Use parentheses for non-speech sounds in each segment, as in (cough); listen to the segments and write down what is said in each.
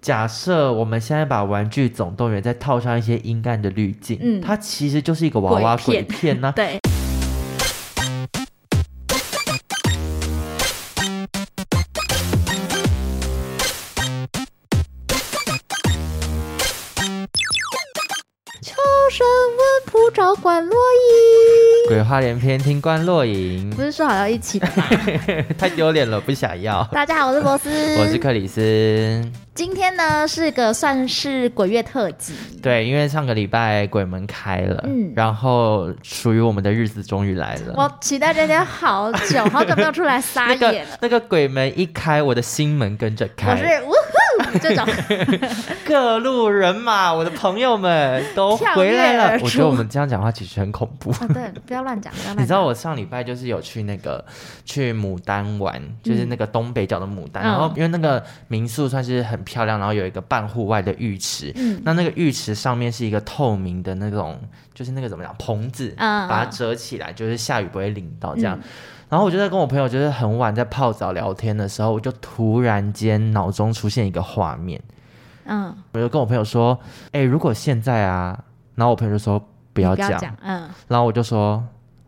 假设我们现在把《玩具总动员》再套上一些阴暗的滤镜，嗯它其实就是一个娃娃鬼鬼片片呐、对，秋深问普照管落衣，鬼话连篇，听官落影不，是说好要一起的吗？ (laughs) 太丢脸了，不想要。大家好，我是博斯，我是克里斯，今天呢是个算是鬼月特 (laughs) 辑，对，因为上个礼拜鬼门开了，嗯然后属于我们的日子终于来了。我期待这天好久，好久没有出来撒那个野了。那个鬼门一开，我的心门跟着我开，是呜呼 (laughs) 这种，各路人马，我的朋友们都跳跃回来了而。我觉得出我们这样讲话其实很恐怖。啊、对，不要乱讲，不要乱讲。你知道我上礼拜就是有去那个去牡丹玩，就是那个东北角的牡丹，嗯然后因为那个民宿算是很漂亮，然后有一个半户外的浴池，嗯那那个浴池上面是一个透明的那种，就是那个怎么讲棚子，嗯把它遮起来，就是下雨不会淋到这样。然后我就在跟我朋友就是很晚在泡澡聊天的时候，我就突然间脑中出现一个画面，嗯，我就跟我朋友说：“哎、如果现在啊……”然后我朋友就说：“不要不要讲。讲，嗯然后我就说：“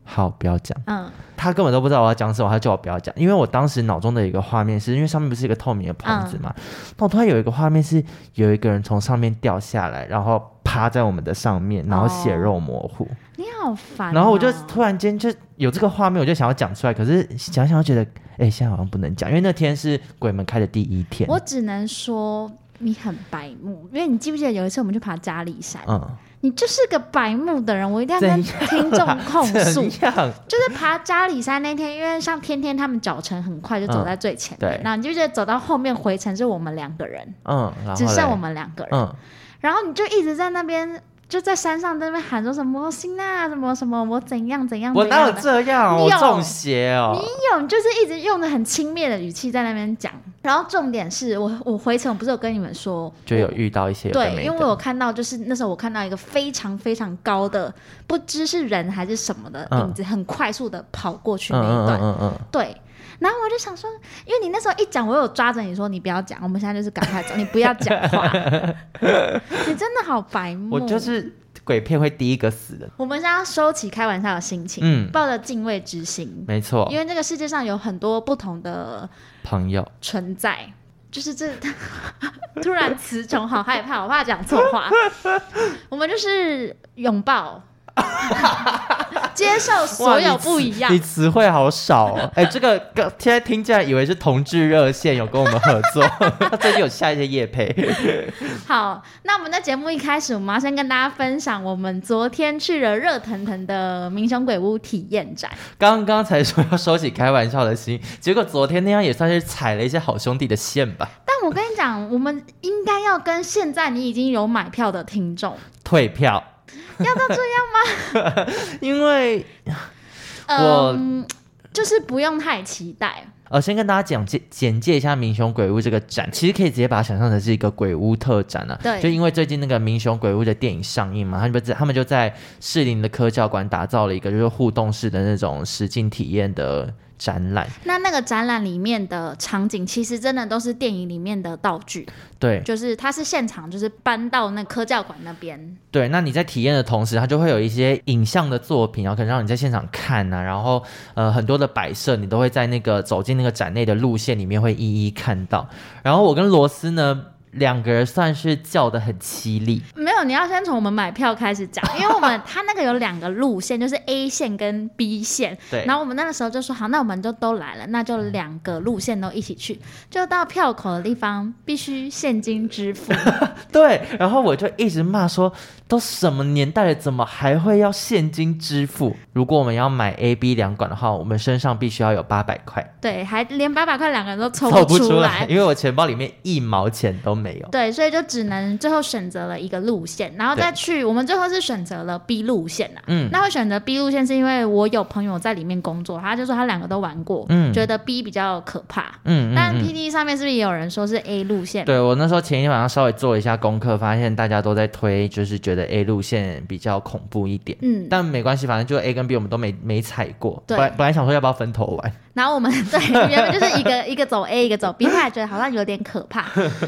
好，不要讲。”嗯他根本都不知道我要讲什么，他叫我不要讲，因为我当时脑中的一个画面是因为上面不是一个透明的棚子嘛，嗯那我突然有一个画面是有一个人从上面掉下来，然后趴在我们的上面，然后血肉模糊，你好烦哦、然后我就突然间就有这个画面，我就想要讲出来，可是想想又觉得，哎、现在好像不能讲，因为那天是鬼门开的第一天，我只能说你很白目，因为你记不记得有一次我们去爬嘉里山，嗯，你就是个白目的人，我一定要跟怎听众控诉。 (laughs) 怎样，就是爬嘉里山那天，因为像天天他们脚程很快，就走在最前面。嗯对然后你就觉得走到后面回程是我们两个人，嗯，然后只剩嘞我，们两个人。嗯，然后你就一直在那边，就在山上在那边喊说什么我辛啊娜什么什么，我怎样怎样我怎哪样有的。这样，你我有中邪哦你，有，你就是一直用的很轻蔑的语气在那边讲。然后重点是我，我回程我不是有跟你们说，就有遇到一些有的对，没因为的我有看到，就是那时候我看到一个非常非常高的，不知是人还是什么的嗯影子，很快速的跑过去嗯那嗯一段。嗯嗯嗯。对，然后我就想说，因为你那时候一讲，我有抓着你说你不要讲，我们现在就是赶快走，你不要讲 (laughs) 话。你真的好白目，我就是鬼片会第一个死的，我们现在要收起开玩笑的心情，嗯哦抱着敬畏之心，没错因，为这个世界上有很多不同的朋友。存在。就是这， (laughs) 突然词穷，好害怕，我怕讲错 (laughs) 话。我们就是拥抱， (laughs) 接受所有不一样你。词汇好少 (laughs) 哦。哎、这个刚现在听见以为是同志热线有跟我们合 (laughs) 作，他最近有下一些夜配。好，那我们在节目一开始，我们要先跟大家分享我们昨天去了热腾腾的民雄鬼屋体验展。刚刚才说要收起开玩笑的心，结果昨天那样也算是踩了一些好兄弟的线吧，但我跟你讲，我们应该要跟现在你已经有买票的听众，退票。要到这样， (laughs) 因为我嗯，就是不用太期待。呃，先跟大家讲介简介一下民雄鬼屋这个展，其实可以直接把它想象成是一个鬼屋特展啊。对就因为最近那个民雄鬼屋的电影上映嘛，他们在他们就在士林的科教馆打造了一个就是互动式的那种实境体验的展览。那那个展览里面的场景，其实真的都是电影里面的道具，对就是它是现场，就是搬到那科教馆那边。对，那你在体验的同时，它就会有一些影像的作品，然后可能让你在现场看呐、然后呃很多的摆设你都会在那个走进那个展内的路线里面会一一看到。然后我跟罗斯呢。两个人算是叫的很凄厉，没有，你要先从我们买票开始 (laughs) 讲，因为我们它那个有两个路线，就是 A 线跟 B 线。对，然后我们那个时候就说好，那我们就都来了，那就两个路线都一起去，就到票口的地方必须现金支付。 (laughs) 对，然后我就一直骂说，都什么年代了，怎么还会要现金支付？如果我们要买 A、B 两管的话，我们身上必须要有八百块，对，还连八百块两个人都抽凑出出来， (laughs) 因为我钱包里面一毛钱都没有。对，所以就只能最后选择了一个路线，然后再去。我们最后是选择了 B 路线呐、嗯那会选择 B 路线是因为我有朋友在里面工作，他就说他两个都玩过，嗯觉得 B 比较可怕。嗯嗯但嗯 P D 上面是不是也有人说是 A 路线？对我那时候前一天晚上稍微做了一下功课，发现大家都在推，就是觉得 A 路线比较恐怖一点。嗯，但没关系，反正就 A 跟 B 我们都没没踩过。对本来本来想说要不要分头玩， (laughs) (laughs) 然后我们对原本就是一个一个走 A，一个走 B，他也觉得好像有点可怕。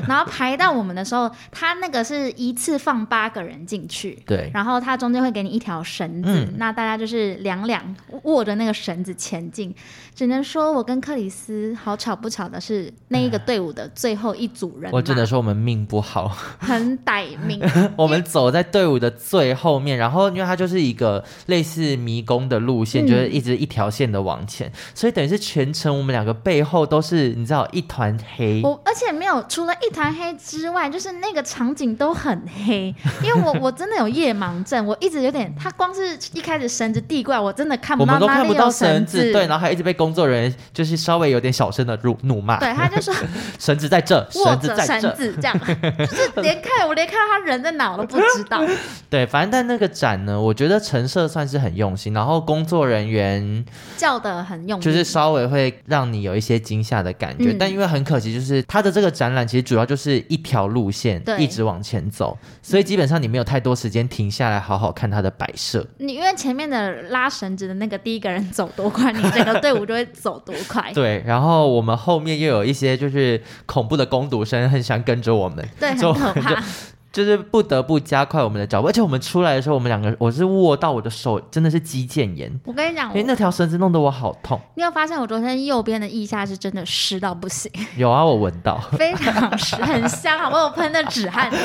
然后排到我们的时候，他那个是一次放八个人进去，对，然后它中间会给你一条绳子，嗯那大家就是两两握着那个绳子前进。只能说我跟克里斯好巧不巧的是那一个队伍的最后一组人嘛，我只能说我们命不好，很歹 (laughs) 命。我们走在队伍的最后面，然后因为它就是一个类似迷宫的路线，嗯就是一直一条线的往前，所以等于是全程我们两个背后都是你知道一团黑，我而且没有，除了一团黑之外，就是那个场景都很黑，(laughs) 因为我我真的有夜盲症，我一直有点，他光是一开始绳子递过来，我真的看我不们到都哪看里不有到绳绳子，对，然后还一直被工作人员就是稍微有点小声的怒怒骂，对，他就说绳子在这，握 (laughs) 绳子着在绳这，子这样，就是连看我连看到他人在哪我都不知 (laughs) 道。对，反正但那个展呢，我觉得陈设算是很用心，然后工作人员叫的很用力，就是稍微会让你有一些惊吓的感觉，哦嗯但因为很可惜，就是它的这个展览其实主要就是一条路线对一直往前走，所以基本上你没有太多时间停下来好好看它的摆设。。你因为前面的拉绳子的那个第一个人走多快，你整个队伍就会走多 (laughs) 快对，然后我们后面又有一些就是恐怖的攻读生很想跟着我们，(laughs) 对，所很以我可们就怕。就是不得不加快我们的脚步，而且我们出来的时候，我们两个我是握到我的手真的是肌腱炎，我跟你讲，因我为那条绳子弄得我好痛。你有发现我昨天右边的腋下是真的湿到不行，有啊，我闻到。非常湿，很香，好不好？我喷的止 (laughs) 汗剂，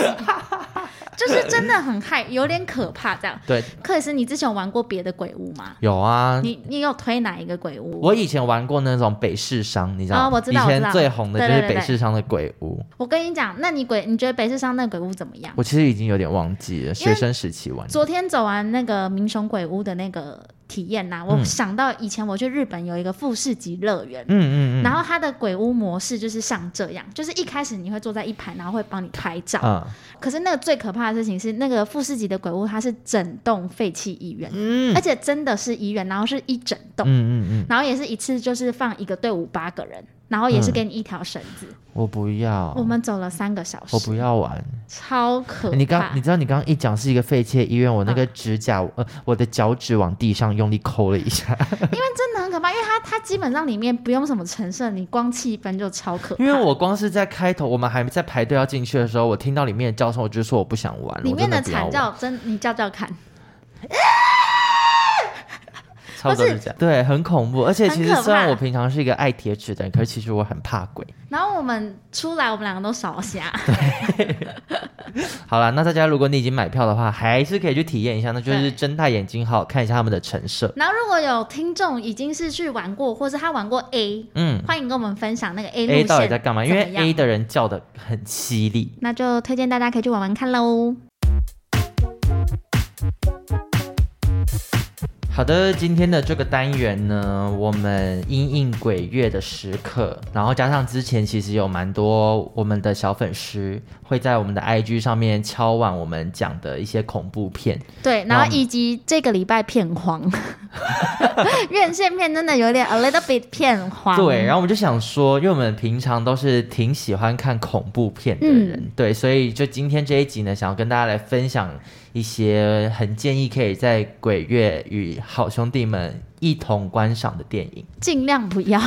就是真的很害，有点可怕这样。对，克里斯，你之前有玩过别的鬼屋吗？有啊。你你有推哪一个鬼屋？我以前玩过那种北市商，你知道吗？哦我知道以我知前道最红的就对是对对北对市商的鬼屋，我跟你讲，那你鬼，你觉得北市商那个鬼屋怎么样？我其实已经有点忘记了，学生时期玩的。昨天走完那个民雄鬼屋的那个体验呐、我嗯想到以前我去日本有一个富士急乐园。嗯嗯嗯。然后它的鬼屋模式就是像这样，就是一开始你会坐在一排，然后会帮你拍照。嗯可是那个最可怕的事情是，那个富士急的鬼屋它是整栋废弃医院，嗯而且真的是医院，然后是一整栋，嗯嗯嗯，然后也是一次就是放一个队伍八个人，然后也是给你一条绳子。我不要，我们走了三个小时，我不要玩。超可怕。啊你刚你知道你刚刚一讲是一个废弃的医院，我那个指甲、呃我的脚趾往地上用力抠了一 (laughs) 下，真的很可怕，因为它它基本上里面不用什么陈设，你光气氛就超可怕。因为我光是在开头我们还在排队要进去的时候，我听到里面的叫声，我就说我不想玩了， (laughs) 里面我真的不要惨玩，叫真，你叫叫看，差不多是这样，对，很恐怖。而且其实很可怕虽然我平常是一个爱铁齿的人，可是其实我很怕鬼。然后我们出来，我们两个都烧瞎。好啦，那大家如果你已经买票的话，还是可以去体验一下，那就是对睁大眼睛好好看一下他们的陈设。然后如果有听众已经是去玩过，或是他玩过 A，嗯欢迎跟我们分享那个 A 路，A 线到底在干嘛？因为怎么样 A 的人叫的很犀利。那就推荐大家可以去玩玩看喽。好的，今天的这个单元呢，我们因应鬼月的时刻，然后加上之前其实有蛮多我们的小粉丝会在我们的 IG 上面敲碗我们讲的一些恐怖片，对，然后以及这个礼拜 (laughs) 片荒，院线片真的有点 a little bit 片荒。对，然后我们就想说，因为我们平常都是挺喜欢看恐怖片的人，对，所以就今天这一集呢，想要跟大家来分享一些很建议可以在鬼月与好兄弟们一同观赏的电影。尽量不要，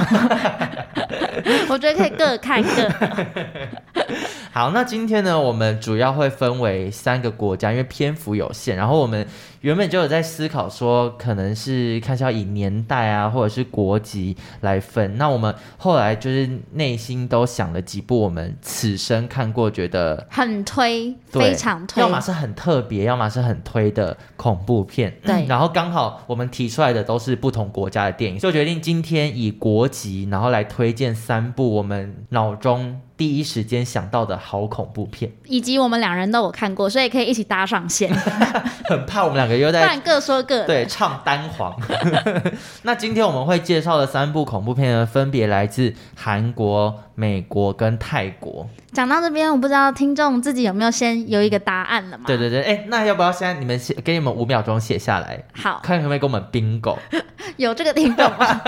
(laughs) 我觉得可以各看各。好，那今天呢，我们主要会分为三个国家，因为篇幅有限。然后我们原本就有在思考说，可能是看是要以年代啊，或者是国籍来分。那我们后来就是内心都想了几部我们此生看过觉得很推，对非常推要。么是很特别，要么是很推的恐怖片。对然后刚好我们提出来的都是不同国家的电影，就决定今天以国籍，然后来推荐三部我们脑中第一时间想到的好恐怖片。 (laughs) 以及我们两人都有看过，所以可以一起搭上线，很怕我们两个又不在然各说各的。对唱单簧。 (laughs) 那今天我们会介绍的三部恐怖片呢，分别来自韩国、美国跟泰国。讲到这边，我不知道听众自己有没有先有一个答案了嘛？对对对，哎，那要不要现在你们写，给你们五秒钟写下来，好，看可不可以给我们 bingo？bingo 有这个听众 (laughs) 吗，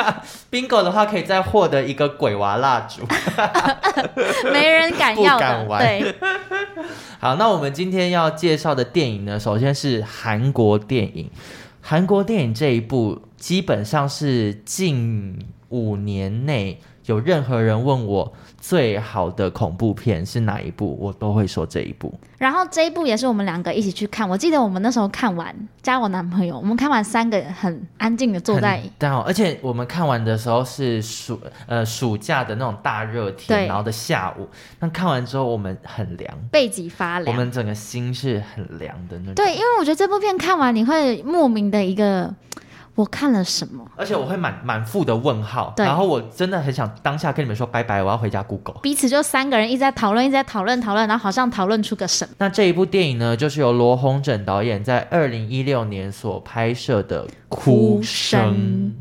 的话，可以再获得一个鬼娃蜡 (laughs) 烛。没人敢要不敢的。玩对，好，那我们今天要介绍的电影呢，首先是韩国电影。韩国电影这一部基本上是近五年内有任何人问我最好的恐怖片是哪一部，我都会说这一部。然后这一部也是我们两个一起去看，我记得我们那时候看完，加我男朋友，我们看完三个很安静的坐在很淡哦，而且我们看完的时候是暑呃暑假的那种大热对天，然后的下午，那看完之后我们很凉，背脊发我凉。们整个心是很凉的那种。对，因为我觉得这部片看完你会莫名的一个，我看了什么？而且我会满满腹的问号，对然后我真的很想当下跟你们说拜拜，我要回家 Google。彼此就三个人一直在讨论，一直在讨论讨论，然后好像讨论出个什么。那这一部电影呢，就是由罗洪整导演在二零一六年所拍摄的《哭哭声声》。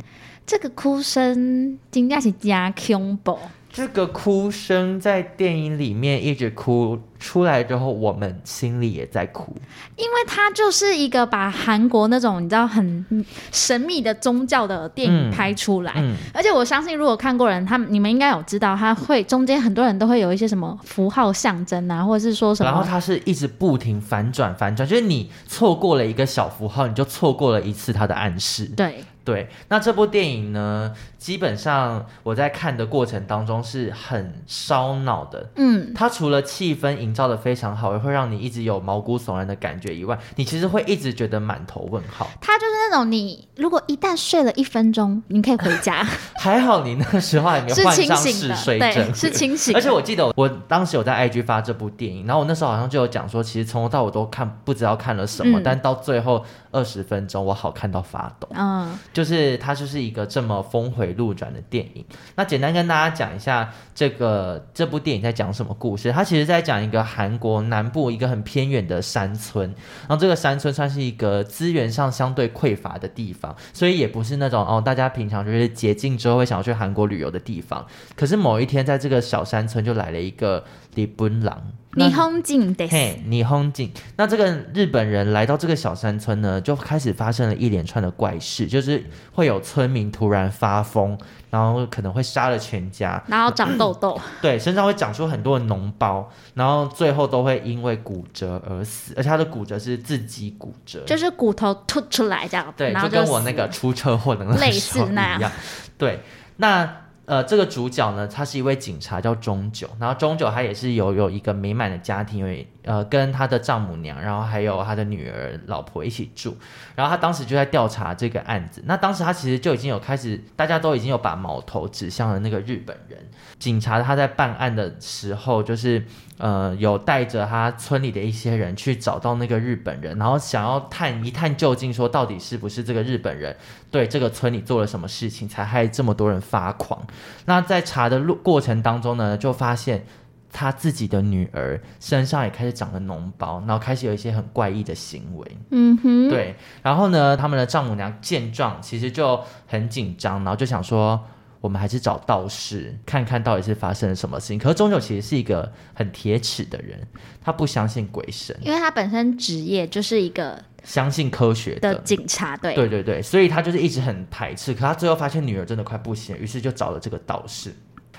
这个哭声真的是加恐怖，这个哭声在电影里面一直哭出来之后，我们心里也在哭。因为它就是一个把韩国那种你知道很神秘的宗教的电影嗯拍出来。嗯，而且我相信，如果看过人，他们你们应该有知道，他会中间很多人都会有一些什么符号象征啊，或者是说什然后么，它是一直不停反转反转，就是你错过了一个小符号，你就错过了一次它的暗示。对，对，那这部电影呢，基本上我在看的过程当中是很烧脑的。嗯，它除了气氛营造的非常好，会让你一直有毛骨悚然的感觉以外，你其实会一直觉得满头问号。他就是那种你如果一旦睡了一分钟，你可以回家， (laughs) 还好你那个时候还没有是患清上醒嗜的，睡对，症，是清醒的。而且我记得我当时有在 IG 发这部电影，然后我那时候好像就有讲说，其实从头到尾都看不知道看了什么，嗯但到最后二十分钟我好看到发抖，嗯，就是它就是一个这么峰回路转的电影。那简单跟大家讲一下这个这部电影在讲什么故事，它其实在讲一个韩国南部一个很偏远的山村，然后这个山村算是一个资源上相对匮乏的地方，所以也不是那种哦，大家平常就是解禁之后会想要去韩国旅游的地方。可是某一天，在这个小山村就来了一个李奔郎，你轰进的，嘿，霓虹景。那这个日本人来到这个小山村呢，就开始发生了一连串的怪事，就是会有村民突然发疯，然后可能会杀了全家，然后长 (laughs) 痘痘，对，身上会长出很多的脓包，然后最后都会因为骨折而死，而且他的骨折是自己骨折，就是骨头凸出来这样，对，然后就跟死我那个出车祸的那个类时候似那一样。对，那呃，这个主角呢，他是一位警察，叫中九。然后中九他也是有有一个美满的家庭，有一呃跟他的丈母娘，然后还有他的女儿、老婆一起住。然后他当时就在调查这个案子。那当时他其实就已经有开始，大家都已经有把矛头指向了那个日本人。警察他在办案的时候，就是呃有带着他村里的一些人去找到那个日本人，然后想要探一探究竟，说到底是不是这个日本人对这个村里做了什么事情，才害这么多人发狂。那在查的路过程当中呢，就发现。他自己的女儿身上也开始长了脓包，然后开始有一些很怪异的行为。嗯哼，对，然后呢，他们的丈母娘见状，其实就很紧张，然后就想说，我们还是找道士看看到底是发生了什么事情。可是钟九其实是一个很铁齿的人，他不相信鬼神，因为他本身职业就是一个相信科学的。的警察，对，对对对，所以他就是一直很排斥。可他最后发现女儿真的快不行了，于是就找了这个道士。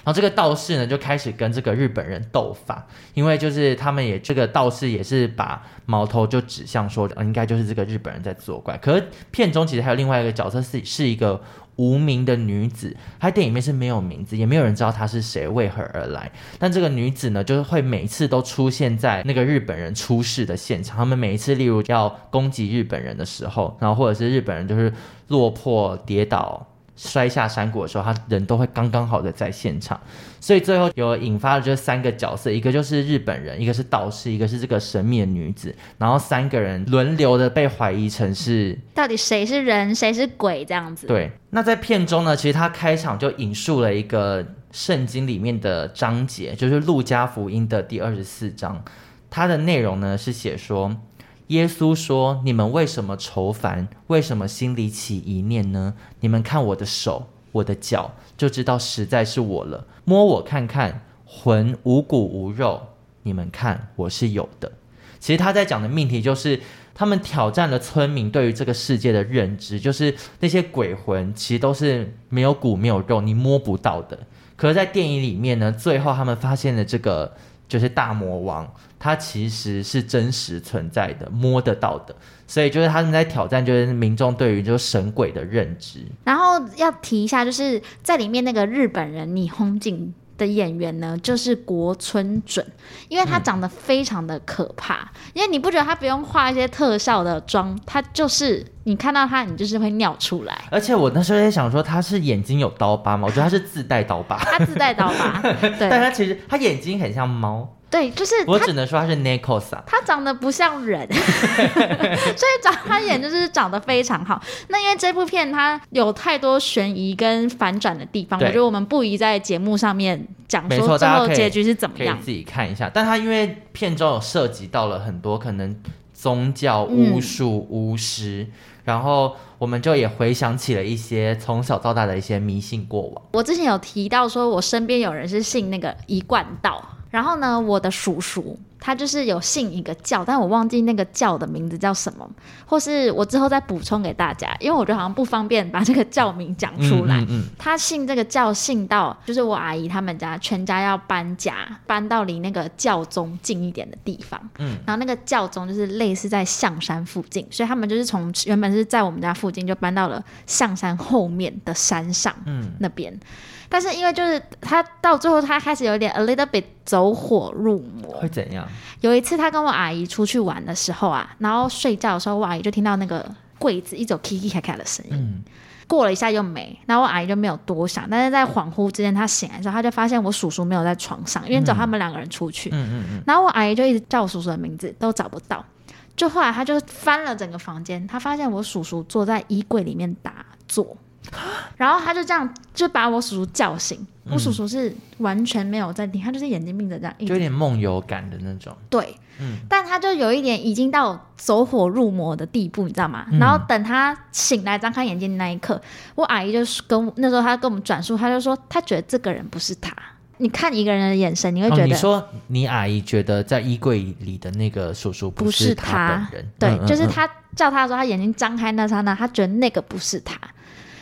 然后这个道士呢，就开始跟这个日本人斗法，因为就是他们也这个道士也是把矛头就指向说，呃应该就是这个日本人在作怪。可是片中其实还有另外一个角色是是一个无名的女子，她在电影里面是没有名字，也没有人知道她是谁，为何而来。但这个女子呢，就是会每一次都出现在那个日本人出事的现场。他们每一次，例如要攻击日本人的时候，然后或者是日本人就是落魄跌倒。摔下山谷的时候，他人都会刚刚好的在现场，所以最后有引发了这三个角色，一个就是日本人，一个是道士，一个是这个神秘的女子，然后三个人轮流的被怀疑成是到底谁是人，谁是鬼这样子，对，那在片中呢，其实他开场就引述了一个圣经里面的章节，就是路加福音的第二十四章，它的内容呢是写说。耶稣说：“你们为什么愁烦？为什么心里起疑念呢？你们看我的手，我的脚，就知道实在是我了。摸我看看，魂无骨无肉，你们看我是有的。”其实他在讲的命题就是，他们挑战了村民对于这个世界的认知，就是那些鬼魂其实都是没有骨没有肉，你摸不到的。可是，在电影里面呢，最后他们发现了这个就是大魔王，他其实是真实存在的，摸得到的，所以就是他们在挑战，就是民众对于就是神鬼的认知。然后要提一下，就是在里面那个日本人李弘景的演员呢，就是国村准，因为嗯他长得非常的可怕，因为你不觉得他不用画一些特效的妆，他就是你看到他，你就是会尿出来。而且我那时候在想说，他是眼睛有刀疤吗？我觉得他是自带刀疤，他自带刀 (laughs) 疤，但 (laughs) 对他其实他眼睛很像猫，对，就是我他只能说他是 Nikos 啊。他长得不像人， (laughs) 所以长他演就是长得非常好。那因为这部片它有太多悬疑跟反转的地方，我对觉得我们不宜在节目上面讲没说错最大家后可以结局是怎么可以样。自己看一下。但他因为片中有涉及到了很多可能宗教、嗯巫术、巫师，然后我们就也回想起了一些从小到大的一些迷信过往。我之前有提到说，我身边有人是信那个一贯道，然后呢，我的叔叔他就是有信一个教，但我忘记那个教的名字叫什么，或是我之后再补充给大家，因为我觉得好像不方便把这个教名讲出来。嗯嗯嗯他信这个教信到，就是我阿姨他们家全家要搬家，搬到离那个教宗近一点的地方。嗯然后那个教宗就是类似在象山附近，所以他们就是从原本是在我们家附近，就搬到了象山后面的山上。嗯，那边。但是因为就是他到最后，他开始有点 a little bit 走火入魔。会怎样？有一次他跟我阿姨出去玩的时候啊，然后睡觉的时候，我阿姨就听到那个柜子一直有 kiki 咔咔的声音。嗯，过了一下又没，然后我阿姨就没有多想，但是在恍惚之间，她醒来之后，她就发现我叔叔没有在床上，因为只有他们两个人出去。嗯嗯嗯，然后我阿姨就一直叫我叔叔的名字，都找不到。就后来她就翻了整个房间，她发现我叔叔坐在衣柜里面打坐，然后她就这样就把我叔叔叫醒。我叔叔是完全没有在听，他就是眼睛闭着这样一就有直点梦游感的那种。对，嗯但他就有一点已经到走火入魔的地步，你知道吗？嗯然后等他醒来张开眼睛的那一刻，我阿姨就是跟我那时候她跟我们转述，她就说她觉得这个人不是他。你看一个人的眼神，你会觉哦，得、你说你阿姨觉得在衣柜里的那个叔叔不是是她他本人，对，嗯就嗯是。嗯他叫他的时候，他眼睛张开那刹那，他觉得那个不是他。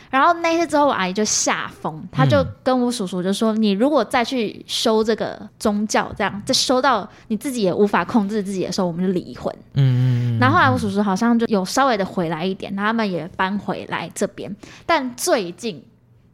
然后那次之后，我阿姨就吓疯，她就跟我叔叔就嗯说：“你如果再去修这个宗教，这样再修到你自己也无法控制自己的时候，我们就离婚。嗯嗯嗯，然后后来我叔叔好像就有稍微的回来一点，然后他们也搬回来这边。但最近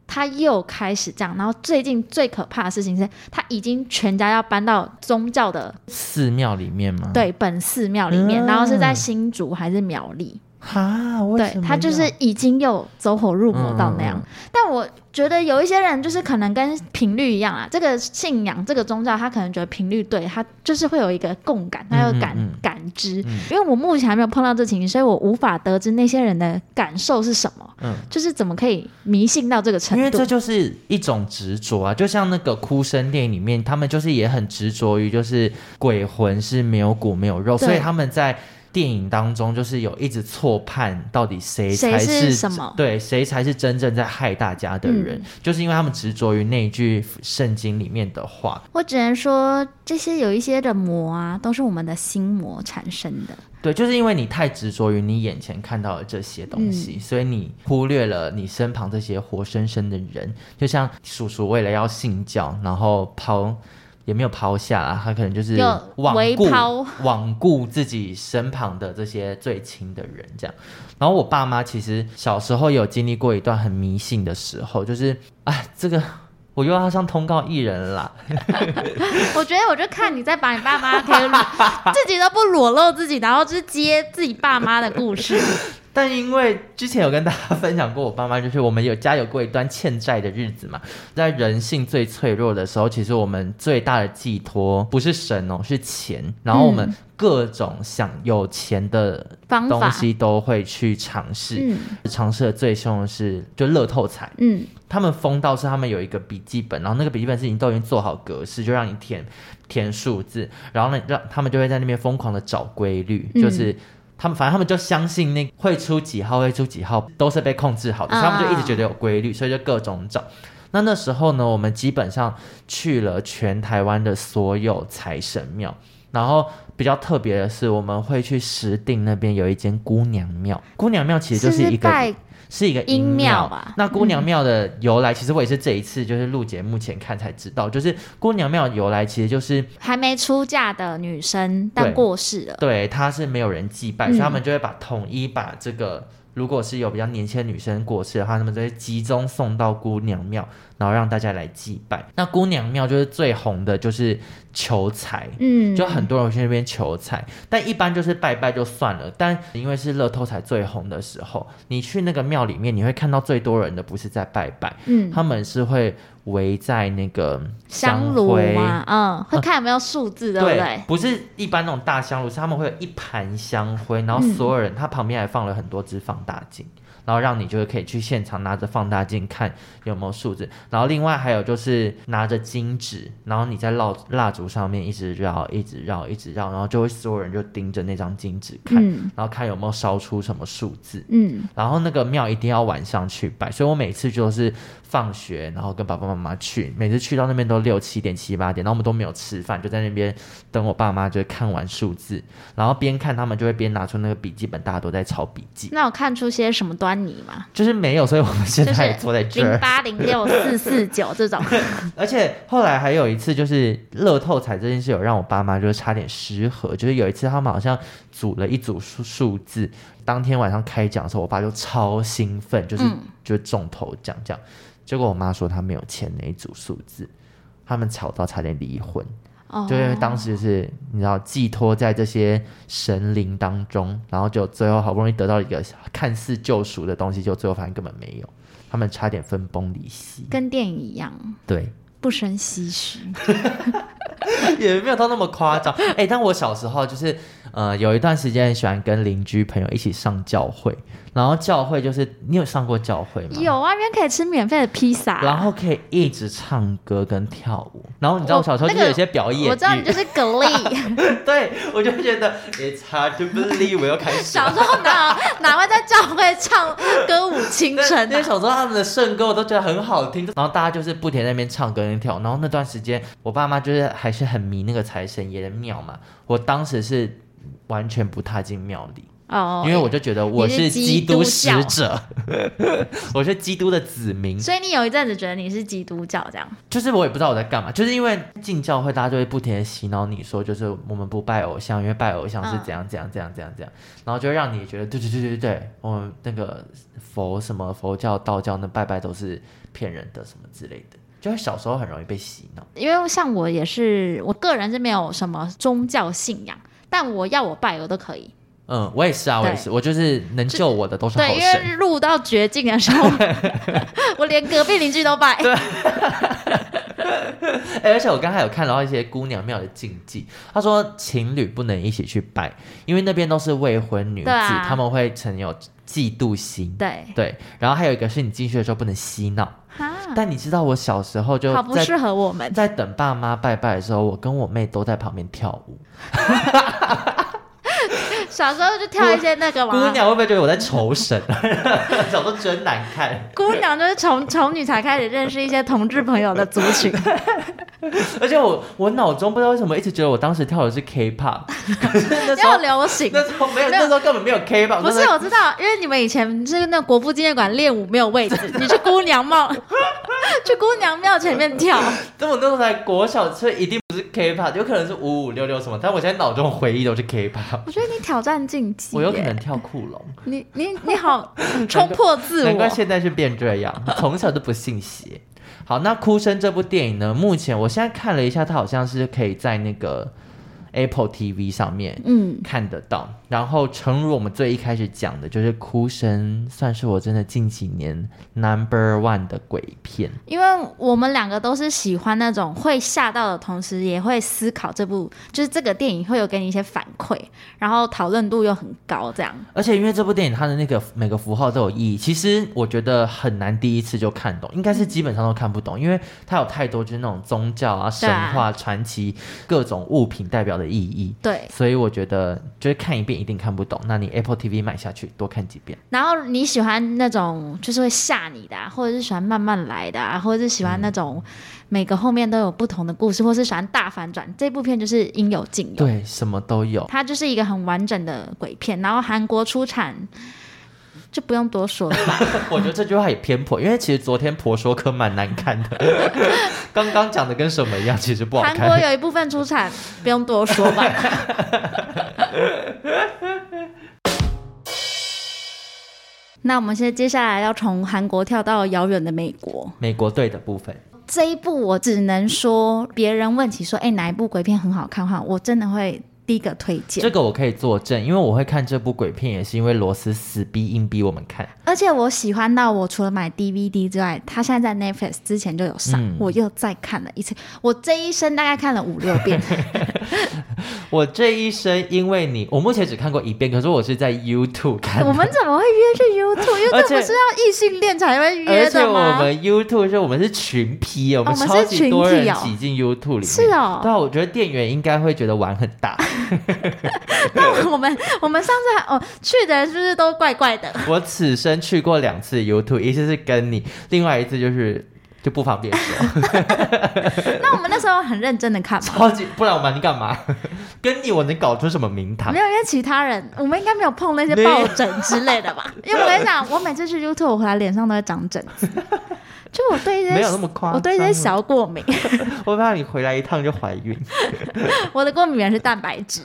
他又开始这样，然后最近最可怕的事情是他已经全家要搬到宗教的寺庙里面吗？，对本寺庙里面，嗯然后是在新竹还是苗栗？哈，为什对么他就要是已经又走火入魔到那样。嗯嗯但我觉得有一些人就是可能跟频率一样啊，这个信仰这个宗教，他可能觉得频率对他就是会有一个共感，他有感、嗯嗯嗯感知。嗯因为我目前还没有碰到这情形，所以我无法得知那些人的感受是什么，嗯就是怎么可以迷信到这个程因为度这。就是一种执着啊，就像那个哭声电影里面，他们就是也很执着于，就是鬼魂是没有骨没有肉，对所以他们在电影当中就是有一直错判到底谁谁才是是什么嗯对，谁才是真正在害大家的人，就是因为他们执着于那一句圣经里面的话。我只能说，这些有一些的魔啊，都是我们的心魔产生的。对，就是因为你太执着于你眼前看到的这些东嗯西，所以你忽略了你身旁这些活生生的人。就像叔叔为了要信教，然后抛也没有抛下啊，他可能就是有罔微顾抛罔顾自己身旁的这些最亲的人这样。然后我爸妈其实小时候有经历过一段很迷信的时候，就是哎，这个我又要上通告艺人了啦。我觉得，我就看你在把你爸妈可 (laughs) 以裸自己都不裸露自己，然后就是接自己爸妈的故事。但因为之前有跟大家分享过，我爸妈就是我们有家有过一段欠债的日子嘛，在人性最脆弱的时候，其实我们最大的寄托不是神哦，是钱。然后我们各种想有钱的方法东西都会去尝试，嗯尝试的最凶的是就乐透彩。嗯，他们疯到是他们有一个笔记本，然后那个笔记本是已经都已经做好格式，就让你填填数字，然后呢，让他们就会在那边疯狂的找规律，嗯就是。他们反正他们就相信那会出几号会出几号都是被控制好的，啊所以他们就一直觉得有规律，所以就各种找。那那时候呢，我们基本上去了全台湾的所有财神庙，然后比较特别的是，我们会去石碇那边有一间姑娘庙，姑娘庙其实就是一个拜是一个阴庙庙吧嗯那姑娘庙的由来，其实我也是这一次就是录节目前看才知道，就是姑娘庙由来其实就是还没出嫁的女生，但对过世了，对，她是没有人祭拜，嗯所以他们就会把统一把这个，如果是有比较年轻的女生过世的话，他们就会集中送到姑娘庙，然后让大家来祭拜。那姑娘庙就是最红的，就是求财。嗯，就很多人去那边求财，但一般就是拜拜就算了。但因为是乐透彩最红的时候，你去那个庙里面，你会看到最多人的不是在拜拜，嗯他们是会围在那个香炉灰嘛，嗯，会看有没有数字，对不嗯对对？，不是一般那种大香炉，是他们会有一盘香灰，然后嗯所有人、他旁边还放了很多只放大镜，然后让你就是可以去现场拿着放大镜看有没有数字，然后另外还有就是拿着金纸，然后你在蜡蜡烛上面一直绕，一直绕，一直绕，然后就会所有人就盯着那张金纸看，嗯然后看有没有烧出什么数字。嗯，然后那个庙一定要晚上去拜，所以我每次就是放学，然后跟爸爸妈妈去，每次去到那边都六七点、七八点，然后我们都没有吃饭，就在那边等我爸妈，就看完数字，然后边看他们就会边拿出那个笔记本，大家都在抄笔记，那我看出些什么端倪吗？就是没有，所以我们现就是在坐在这零儿。八零六四四九 (laughs) 这种，而且后来还有一次，就是乐透彩这件事有让我爸妈就是差点失和，就是有一次他们好像组了一组数数字，当天晚上开奖的时候，我爸就超兴奋，就是、嗯就中头奖这样。结果我妈说她没有钱那一组数字，他们吵到差点离婚，哦，就因为当时是你知道寄托在这些神灵当中，然后就最后好不容易得到一个看似救赎的东西，就最后发现根本没有，他们差点分崩离析。跟电影一样，对。不生唏嘘。 (laughs) 也没有到那么夸张。哎、但我小时候就是，呃，有一段时间很喜欢跟邻居朋友一起上教会，然后教会就是你有上过教会吗？。有啊啊，那边可以吃免费的披萨。然后可以一直唱歌跟跳舞，然后你知道我小时候就那是个有一些表演欲，我知道你就是 Glee，对我就觉得 it's hard to believe 我又 (laughs) 开始小时候哪哪会在教会唱歌舞青对春因为啊？小时候他们的圣歌我都觉得很好听，然后大家就是不停在那边唱歌跟跳。然后那段时间，我爸妈就是还是很迷那个财神爷的庙嘛，我当时是完全不踏进庙里。哦，因为我就觉得我是基督使你是基者， (laughs) 我是基督的子民，所以你有一阵子觉得你是基督教这样，就是我也不知道我在干嘛，就是因为进教会，大家就会不停的洗脑你说，就是我们不拜偶像，因为拜偶像是怎样怎样怎样怎样怎样，然后就会让你觉得对对对对对，我们那个佛什么佛教、道教那拜拜都是骗人的什么之类的，就是小时候很容易被洗脑。因为像我也是，我个人是没有什么宗教信仰，但我要我拜我都可以。嗯，我也是啊，我也是，我就是能救我的都是好对，因神。为录到绝境的时 (laughs) 候，我连隔壁邻居都拜。 (laughs) 哎、而且我刚才有看到一些姑娘庙的禁忌，他说情侣不能一起去拜，因为那边都是未婚女子，对啊他们会曾有嫉妒心。对，对，然后还有一个是你进去的时候不能嬉闹。哈，但你知道我小时候就嗯好不在适合我们。在等爸妈拜拜的时候，我跟我妹都在旁边跳舞。小时候就跳一些那个姑嘛，娘会不会觉得我在仇神？ (laughs) 小时候真难看，姑娘就是从从女才开始认识一些同志朋友的族 (laughs) 群。而且我我脑中不知道为什么一直觉得我当时跳的是 K-pop，可是那时 (laughs) 要候流行。那时候没有，没那有时候根本没有 K-pop，不是，那时候我知道，因为你们以前是那国父纪念馆练舞没有位置，你去姑娘庙， (laughs) 去姑娘庙前面跳。但我那时候才国小，所以一定不是 K-pop，有可能是五五六六什么，但我现在脑中回忆都是 K-pop。我觉得你挑战禁忌我耶，有可能跳酷龙，你你你 (laughs) 好冲破 (laughs) 自难怪我。现在是变这样， (laughs) 从小就不信邪。好，那《哭声》这部电影呢，目前我现在看了一下，它好像是可以在那个 Apple TV 上面嗯，看得到。然后，诚如我们最一开始讲的，就是《哭声》算是我真的近几年 number one 的鬼片。因为我们两个都是喜欢那种会吓到的同时，也会思考这部，就是这个电影会有给你一些反馈，然后讨论度又很高，这样。而且因为这部电影它的那个每个符号都有意义，其实我觉得很难第一次就看懂，应该是基本上都看不懂，因为它有太多就是那种宗教啊、神对啊话、传奇各种物品代表的意义。对，所以我觉得就是看一遍一定看不懂，那你 Apple TV 买下去多看几遍。然后你喜欢那种就是会吓你的、啊，或者是喜欢慢慢来的、啊，或者是喜欢那种每个后面都有不同的故事，或是喜欢大反转，这部片就是应有尽有。对，什么都有。 (laughs) 它就是一个很完整的鬼片，然后韩国出产，就不用多说了吧。我觉得这句话也偏颇，因为其实昨天婆说科蛮难看的， (laughs) 刚刚讲的跟什么一样，其实不好韩国看。有一部分出产，不用多说吧。那我们现在接下来要从韩国跳到遥远的美国。美国队的部分，这一部我只能说，别人问起说，哎、哪一部鬼片很好看的话，我真的会第一个推这荐。个我可以作证，因为我会看这部鬼片，也是因为罗斯死逼硬逼我们看。而且我喜欢到我除了买 DVD 之外，它现在在 Netflix 之前就有上，嗯我又再看了一次。我这一生大概看了五六遍，我这一生因为你，我目前只看过一遍，可是我是在 YouTube 看哎我的。们怎么会约去 YouTube？因为而这且不是要异性恋才会约而且的我吗？们 YouTube 是我们是群批，我们哦我们超是级多群体人哦挤进 YouTube 里面。是哦对啊，我觉得店员应该会觉得玩很 (laughs) 大。那我们我们上次还哦去的人是不是都怪怪的？我此生去过两次 YouTube，一次是跟你，另外一次就是就不方便 (laughs) 说，那我们那时候很认真的看嘛，超级不然我瞒你干 (laughs) 嘛？跟你我能搞出什么名堂没？有，因为其他人我们应该没有碰那些抱枕之类的 (laughs) 吧？因为我跟你讲，我每次去 YouTube 我回来脸上都会长疹 (laughs) 子，就我对一些没有那么夸张啊我对一些小过敏， (laughs) 我怕你回来一趟就怀孕。我的过敏源是蛋白 (laughs) 质。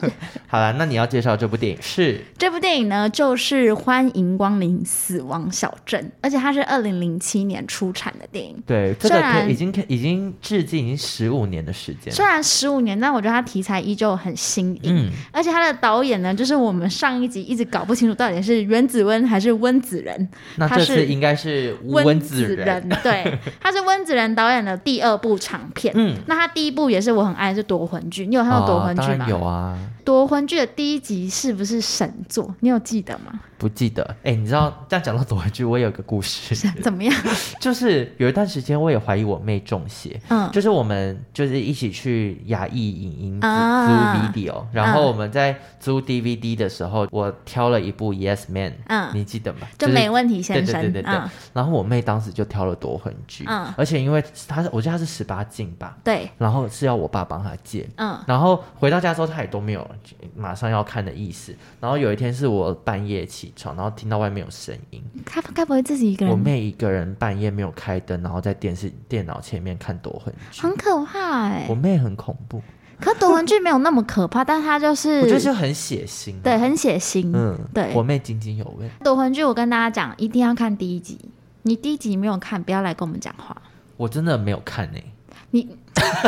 好了，那你要介绍这部电影是这部电影呢，就是《欢迎光临死亡小镇》，而且它是二零零七年出产的电影。对这虽个然可以已经可以已经至今已经十五年的时间了。虽然十五年，但我觉得它题材依旧很新颖，嗯而且它的导演呢，就是我们上一集一直搞不清楚到底是原子温还是温子仁。那他这是次应该是温子子仁， (laughs) 对，他是温子仁导演的第二部长片。嗯那他第一部也是我很爱，是夺魂剧。你有看过哦夺魂当剧然吗？有啊，夺魂剧的第一集是不是神作？你有记得 (laughs) 吗？不记得。哎、你知道这样讲到夺魂剧，我也有个故事，怎么样？ (laughs) 就是有一段时间我也怀疑我妹中邪。嗯，就是我们就是一起去雅艺影音租啊租 video，然后我们在租 DVD 的时候，我挑了一部 Yes Man，嗯你记得吗？就是没问题对先对生。对对对嗯，。然后我妹当时就挑了夺魂剧嗯，而且因为她是我记得她是十八禁吧，对，然后是要我爸帮她借，嗯，然后回到家之后，他也都没有马上要看的意思。然后有一天是我半夜起床，然后听到外面有声音，他该不会自己一个我人？妹一个人半夜没有开灯，然后在电视电脑前面看夺魂剧。很可怕哎、我妹很恐怖，可夺魂剧没有那么可怕，但它就是 (laughs) 我觉得就很血腥、啊对，，很血腥。嗯，对我妹津津有味。夺魂剧我跟大家讲，一定要看第一集。你第一集没有看，不要来跟我们讲话。我真的没有看呢、你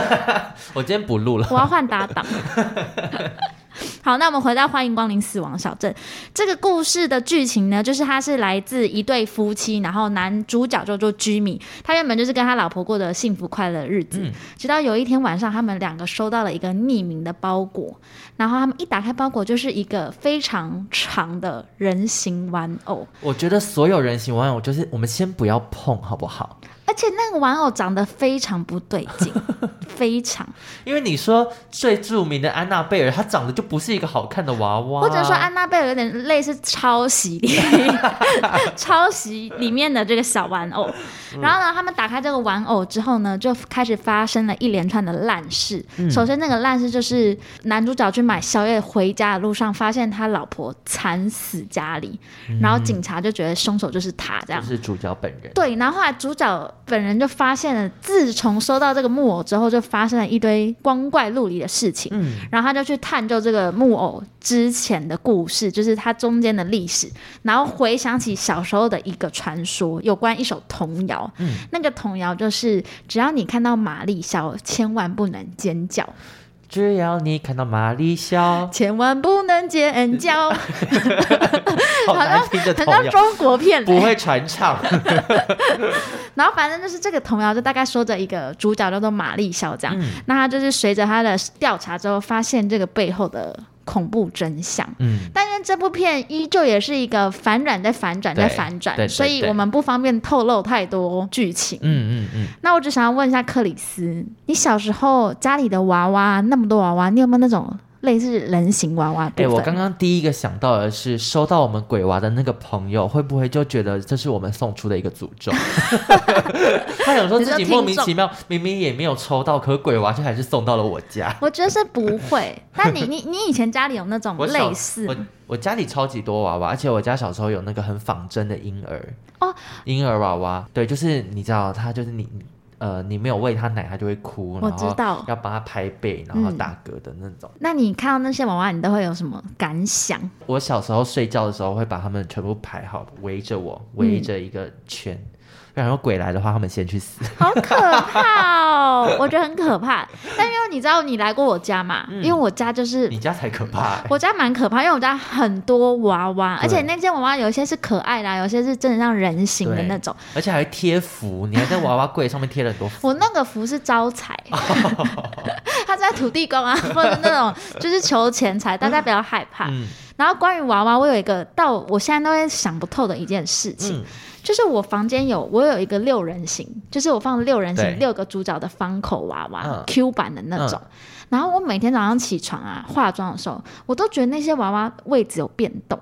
(laughs) 我今天不录了。我要换搭档。 (laughs) 好，那我们回到《欢迎光临死亡小镇》这个故事的剧情呢，就是它是来自一对夫妻，然后男主角叫做居米，他原本就是跟他老婆过的幸福快乐的日子，直到有一天晚上，他们两个收到了一个匿名的包裹，然后他们一打开包裹，就是一个非常长的人形玩偶，我觉得所有人形玩偶就是我们先不要碰，好不好？而且那个玩偶长得非常不对劲， (laughs) 非常，因为你说最著名的安娜贝尔，她长得就不是一个好看的娃娃，或者说安娜贝尔有点类似抄袭，抄袭里面的这个小玩偶。然后呢，他们打开这个玩偶之后呢，就开始发生了一连串的烂事。首先，那个烂事就是男主角去买宵夜回家的路上，发现他老婆惨死家里，然后警察就觉得凶手就是他这样就。是主角本人。对，然后后来主角本人就发现了，自从收到这个木偶之后，就发生了一堆光怪陆离的事情。嗯然后他就去探究这个木偶之前的故事，就是它中间的历史，然后回想起小时候的一个传说，有关一首童谣。嗯那个童谣就是：只要你看到玛丽笑，千万不能 (laughs) 尖叫，只要你看到玛丽 (laughs) 笑，千万不能尖 (laughs) 叫，很好难听的童像谣，中国片、不会传 (laughs) 唱。然后反正就是这个童谣，就大概说着一个主角叫做玛丽小这样。嗯那他就是随着他的调查之后，发现这个背后的恐怖真相。嗯，但是这部片依旧也是一个反转再反转再对反转，对对所以对我们不方便透露太多剧情。嗯嗯嗯，那我只想要问一下克里斯，你小时候家里的娃娃那么多娃娃，你有没有那种类似人形娃娃的哎、部分。我刚刚第一个想到的是，收到我们鬼娃的那个朋友，会不会就觉得这是我们送出的一个诅 (laughs) 咒？他想说自己莫名其妙，明明也没有抽到，可鬼娃却还是送到了我家。我觉得是不 (laughs) 会。但你你你以前家里有那种我小类似我我家里超级多娃娃，而且我家小时候有那个很仿真的婴儿哦，婴儿娃娃，对，就是你知道，他就是你呃，你没有喂他奶，他就会哭，我然知后道要帮他拍背，然后嗯打嗝的那种。那你看到那些娃娃，你都会有什么感想？我小时候睡觉的时候会把他们全部排好，围着我，嗯围着一个圈。然后鬼来的话，他们先去 (laughs) 死。好可怕哦！我觉得很可怕。但因为你知道你来过我家嘛，嗯因为我家就是你家才可怕、欸。我家蛮可怕，因为我家很多娃娃，对而且那些娃娃有一些是可爱啦，有些是真的像人形的对那种。而且还贴符，你还在娃娃柜上面贴了很多符。我那个福是招财，他在土地公啊，或者那种就是求钱财，大家不要害怕。嗯然后关于娃娃，我有一个到我现在都会想不透的一件事情，嗯，就是我房间有我有一个六人形，就是我放六人对形六个主角的方口娃娃、嗯 Q 版的那种。然后我每天早上起床啊，化妆的时候，我都觉得那些娃娃位置有变动，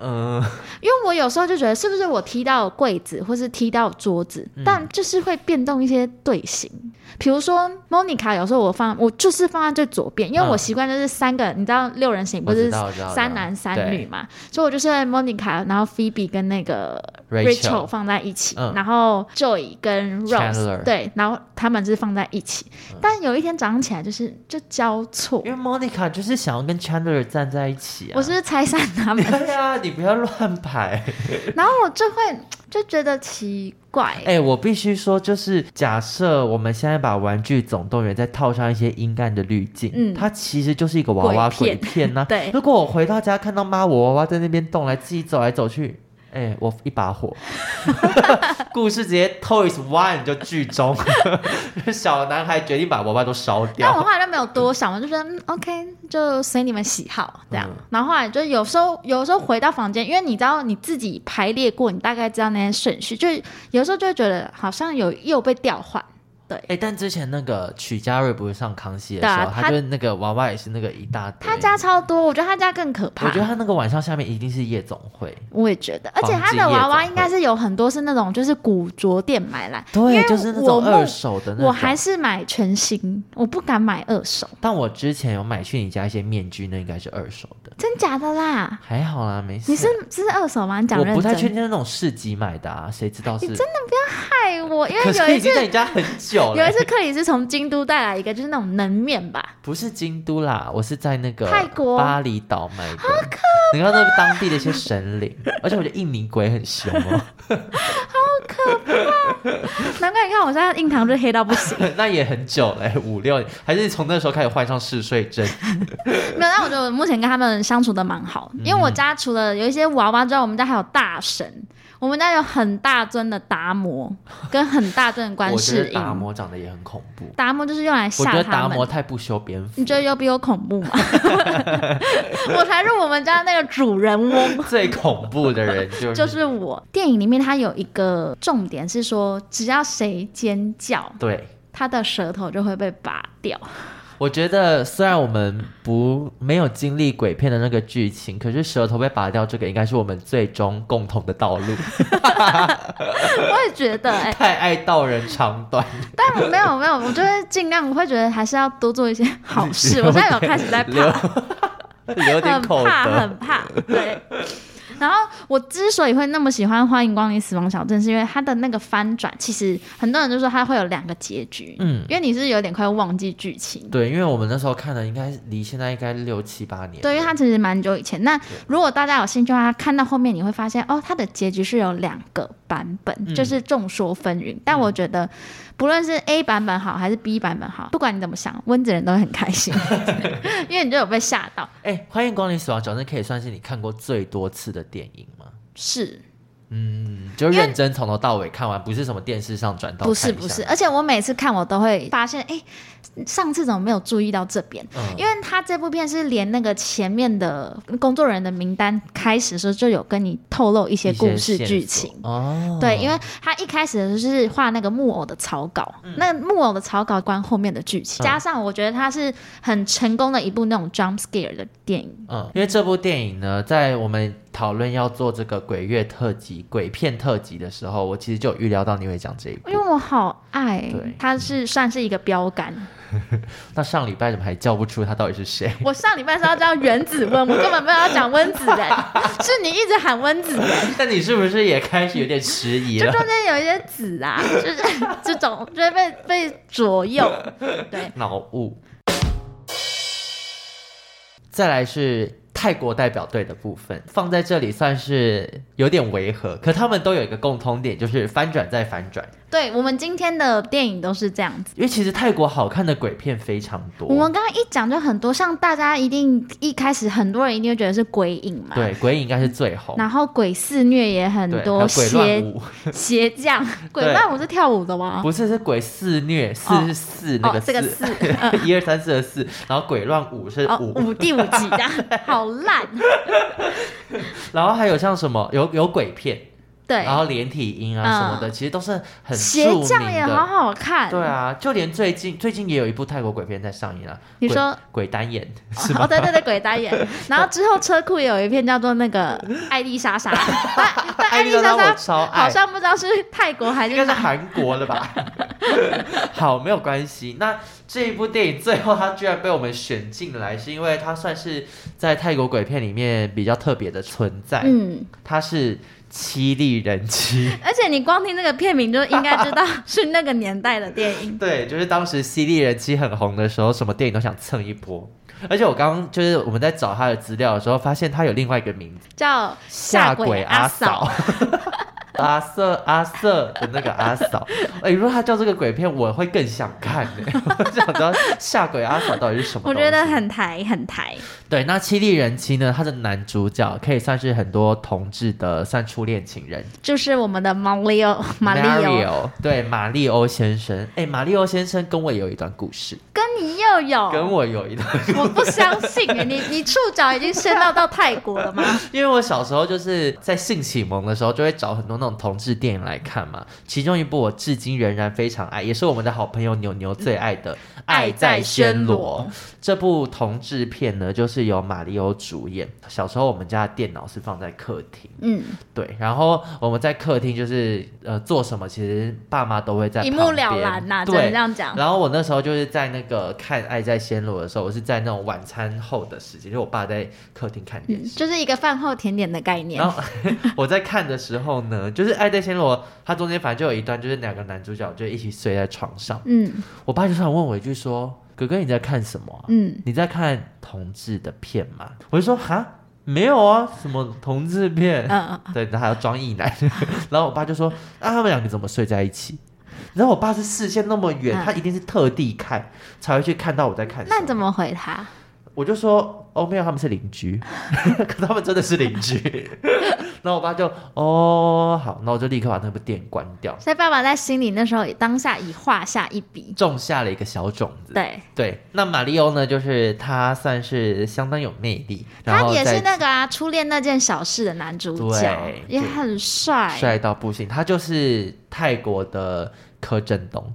呃，因为我有时候就觉得是不是我踢到柜子或是踢到桌子，嗯但就是会变动一些队形。比如说 Monica，有时候我放我就是放在最左边，因为嗯我习惯就是三个，你知道六人行不我知是道我知道三男三女嘛，所以我就是 Monica，然后 Phoebe 跟那个 Rachel Rachel，放在一起，嗯然后 Joy 跟 Rose Chandler 嗯对，然后他们是放在一起，但有一天早上起来就是就交错，因为 Monica 就是想要跟 Chandler 站在一起啊。我是不是拆散他 (laughs) 们？对啊，你不要乱 (laughs) 排。然后我就会就觉得奇怪，哎、我必须说，就是假设我们现在把《玩具总动员》再套上一些阴暗的滤镜，嗯它其实就是一个娃娃鬼鬼片片呐、对 (laughs) 如果我回到家看到妈我娃娃在那边动来自己走来走去，哎、我一把 (laughs) 火，故事直接 Toys One 就剧终， (laughs) 小男孩决定把娃娃都烧但掉。我后来就没有多想，我就觉得嗯 OK，就随你们喜好这样。嗯然后后来就有时候有时候回到房间，因为你知道你自己排列过，你大概知道那些顺序，就有时候就会觉得好像有又被调换。哎、但之前那个曲家瑞不是上康熙的对时啊候，他他就是那个娃娃也是那个一大堆。他家超多，我觉得他家更可我怕觉。得他那个晚上下面一定是夜总会，我也觉得，而且他黄金夜的总娃娃会应该是有很多是那种就是古着店买来，因对，为就是那我种梦二手的那种。我还是买全新，我不敢买二手，但我之前有买去你家一些面具，那应该是二手的，真假的啦？还好啦，没事。你是是二手吗？你讲我认真，不太确定那种市集买的啊，谁知道是？真的？害我，因为可有是一已次经在你家很久了。有一次，克里斯从京都带来一个，就是那种能面吧，不是京都啦，我是在那个泰国巴厘岛买的。你看那个当地的一些神灵，而且我觉得印尼鬼很凶 (laughs) 哦，难怪你看我现在印堂就黑到 (laughs) 不行。那也很久嘞，五六年，还是从那时候开始患上嗜睡症。没有，但我觉得我目前跟他们相处的蛮好，嗯因为我家除了有一些娃娃之外，我们家还有大神，我们家有很大尊的达摩跟很大尊的观我觉世得音。达摩长得也很恐怖，达摩就是用来我觉吓得他达摩们。太不修边幅你。觉得有比我恐怖 (laughs) 吗？我才是我们家那个主 (laughs) 人翁，最恐怖的人就是 (laughs) 就是我。电影里面它有一个重点是说，只要谁尖叫，对。他的舌头就会被拔掉。我觉得虽然我们不没有经历鬼片的那个剧情，可是舌头被拔掉这个应该是我们最终共同的道路。我也觉得、 (laughs) 哎，太爱道人长短，但我没有没有，我就会尽量，我会觉得还是要多做一些 (laughs) 好事。我现在有开始在留怕，留点很口怕，德。很怕，对。然后我之所以会那么喜欢《欢迎光临死亡小镇》，是因为它的那个翻转，其实很多人就说它会有两个结局，嗯因为你是有点快忘记剧情，对，因为我们那时候看的应该离现在应该六七八年。对，因为它其实蛮久以前。那如果大家有兴趣的话，看到后面你会发现，哦，它的结局是有两个版本，嗯就是众说纷纭。但我觉得，不论是 A 版本好还是 B 版本好，不管你怎么想，温子仁都会很开 (laughs) 心，因为你就有被吓到。哎、欢迎光临死亡小镇，可以算是你看过最多次的电影吗？是嗯，就认真从头到尾看完，不是什么电视上转到不是看一不下是？而且我每次看我都会发现，哎，上次怎么没有注意到这边？嗯因为他这部片是连那个前面的工作人员的名单开始的时候就有跟你透露一些故事剧情。哦，对，因为他一开始就是画那个木偶的草稿，那木偶的草稿关后面的剧情，嗯加上我觉得它是很成功的一部那种 jump scare 的电影。嗯，因为这部电影呢，在我们讨论要做这个鬼月特辑、鬼片特辑的时候，我其实就有预料到你会讲这一部因。为我好爱对，它是算是一个标 (laughs) 杆。那上礼拜怎么还叫不出他到底是谁？我上礼拜是要叫原子温，我根本没有要讲温子仁，是你一直喊温子仁， (laughs) 但你是不是也开始有点迟疑就了？中间有一些子啊，就是 (laughs) 这种就会被被左右。对，脑雾。再来是泰国代表队的部分，放在这里算是有点违和，可他们都有一个共通点，就是翻转再翻转。对我们今天的电影都是这样子。因为其实泰国好看的鬼片非常多，我们刚刚一讲就很多，像大家一定一开始很多人一定会觉得是鬼影嘛，对鬼影应该是最红，然后鬼肆虐也很对，还多有鬼乱邪舞，邪降，鬼乱舞是跳舞的吗？不是是鬼肆虐，四啊哦是四那哦个，这个四，四， (laughs) 一二三四的四，然后鬼乱舞是哦，五，五第五集 (laughs) 这样，好烂。然后还有像什么有有鬼片，对，然后连体婴啊什么的，其实都是很鞋著匠名也的。好好看。对啊，就连最近最近也有一部泰国鬼片在上映啊。你鬼说鬼单眼是哦，吗？对对对，鬼 (laughs) 单眼。然后之后车库也有一片叫做那个艾丽 (laughs) 莎莎，但但艾丽莎我莎超好爱，像不知道是泰国还应是该是哪。韩国的吧？ (laughs) 好，没有关系。那这一部电影最后它居然被我们选进来，是因为它算是在泰国鬼片里面比较特别的存在。嗯，它是七力人妻。 (laughs) 而且你光听这个片名就应该知道是那个年代的电影。对，就是当时犀利人气很红的时候，什么电影都想蹭一波。而且我刚刚就是我们在找他的资料的时候，发现他有另外一个名字叫—— (laughs) 下鬼阿阿嫂。。 (laughs) 阿瑟阿瑟的那个阿嫂，哎、如果他叫这个鬼片，我会更想看呢、 (laughs) 我想知道下鬼阿嫂到底是什么我东西。觉得很台很台，对。那七力人妻呢？他的男主角可以算是很多同志的算初恋情人，就是我们的哦马里奥，马哦里奥 Mario，对马里欧先生。哎、马里欧先生跟我有一段故事，跟你又跟有，我有一段我不相信欸你你触角已经伸到到泰国 (laughs) 了吗？因为我小时候就是在性启蒙的时候，就会找很多那种同志电影来看嘛。其中一部我至今仍然非常爱，也是我们的好朋友牛牛最爱的《爱在暹罗》这部同志片呢，就是由马里欧主演。小时候我们家的电脑是放在客厅，嗯，对，然后我们在客厅就是呃做什么，其实爸妈都会在一目旁了边然啊呐、只能对这，样讲。然后我那时候就是在那个看《爱在暹罗》的时候，我是在那种晚餐后的时间，就我爸在客厅看电嗯，视。就是一个饭后甜点的概念然。后 (laughs) 我在看的时候呢，就是《爱在暹罗》，它中间反正就有一段，就是两个男主角就一起睡在床上。嗯我爸就突然问我一句说：“哥哥，你在看什么啊、嗯，你在看同志的片吗？”我就说：“哈，没有啊，什么同志片？”嗯对，然后还要装异男。 (laughs) 然后我爸就说：“那、他们两个怎么睡在一起？”然后我爸是视线那么远，嗯他一定是特地看才会去看到我在看什那么。你怎么回他？我就说哦，没有，他们是邻居， (laughs) 可他们真的是邻居。 (laughs) 然后我爸就哦好，那我就立刻把那部电影关掉，所以爸爸在心里那时候也当下已画下一笔。种下了一个小种子。对，对，那马里欧呢，就是他算是相当有魅力，然他后也再是那个啊，初恋那件小事的男主角对，也很帅。帅到不行，他就是泰国的柯震东。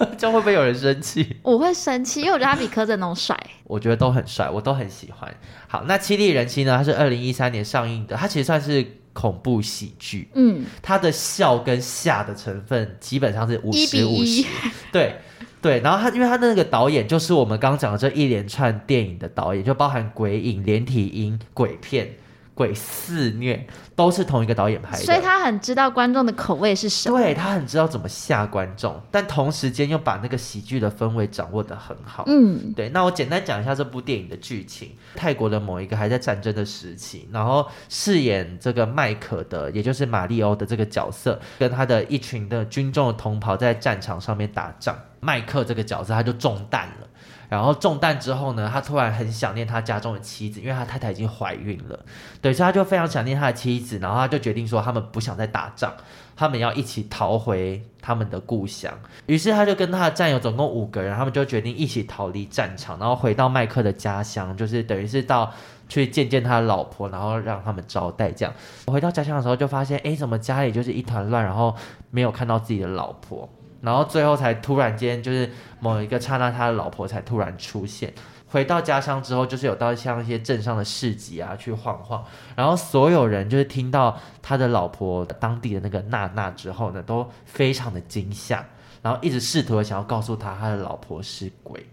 (laughs) 这样会不会有人生气？我会生气，因为我觉得他比柯震东帅。我觉得都很帅，我都很喜欢。好，那《七力人妻》呢？它是二零一三年上映的，它其实算是恐怖喜剧。嗯，它的笑跟吓的成分基本上是五一比十五一十，对对。然后他，因为他那个导演就是我们刚刚讲的这一连串电影的导演，就包含鬼影、连体婴、鬼片、鬼肆虐，都是同一个导演拍的。所以他很知道观众的口味是什么。对他很知道怎么吓观众，但同时间又把那个喜剧的氛围掌握得很好。嗯，对，那我简单讲一下这部电影的剧情。泰国的某一个还在战争的时期，然后饰演这个麦可的，也就是马里欧的这个角色，跟他的一群的军众的同袍在战场上面打仗。麦克这个角色他就中弹了，然后中弹之后呢，他突然很想念他家中的妻子，因为他太太已经怀孕了，对，所以他就非常想念他的妻子，然后他就决定说他们不想再打仗，他们要一起逃回他们的故乡。于是他就跟他的战友总共五个人，他们就决定一起逃离战场，然后回到麦克的家乡，就是等于是到去见见他的老婆，然后让他们招待这样。我回到家乡的时候就发现，哎，怎么家里就是一团乱，然后没有看到自己的老婆。然后最后才突然间，就是某一个刹那，他的老婆才突然出现。回到家乡之后，就是有到像一些镇上的市集啊去晃晃，然后所有人就是听到他的老婆当地的那个娜娜之后呢，都非常的惊吓，然后一直试图地想要告诉他他的老婆是鬼。嗯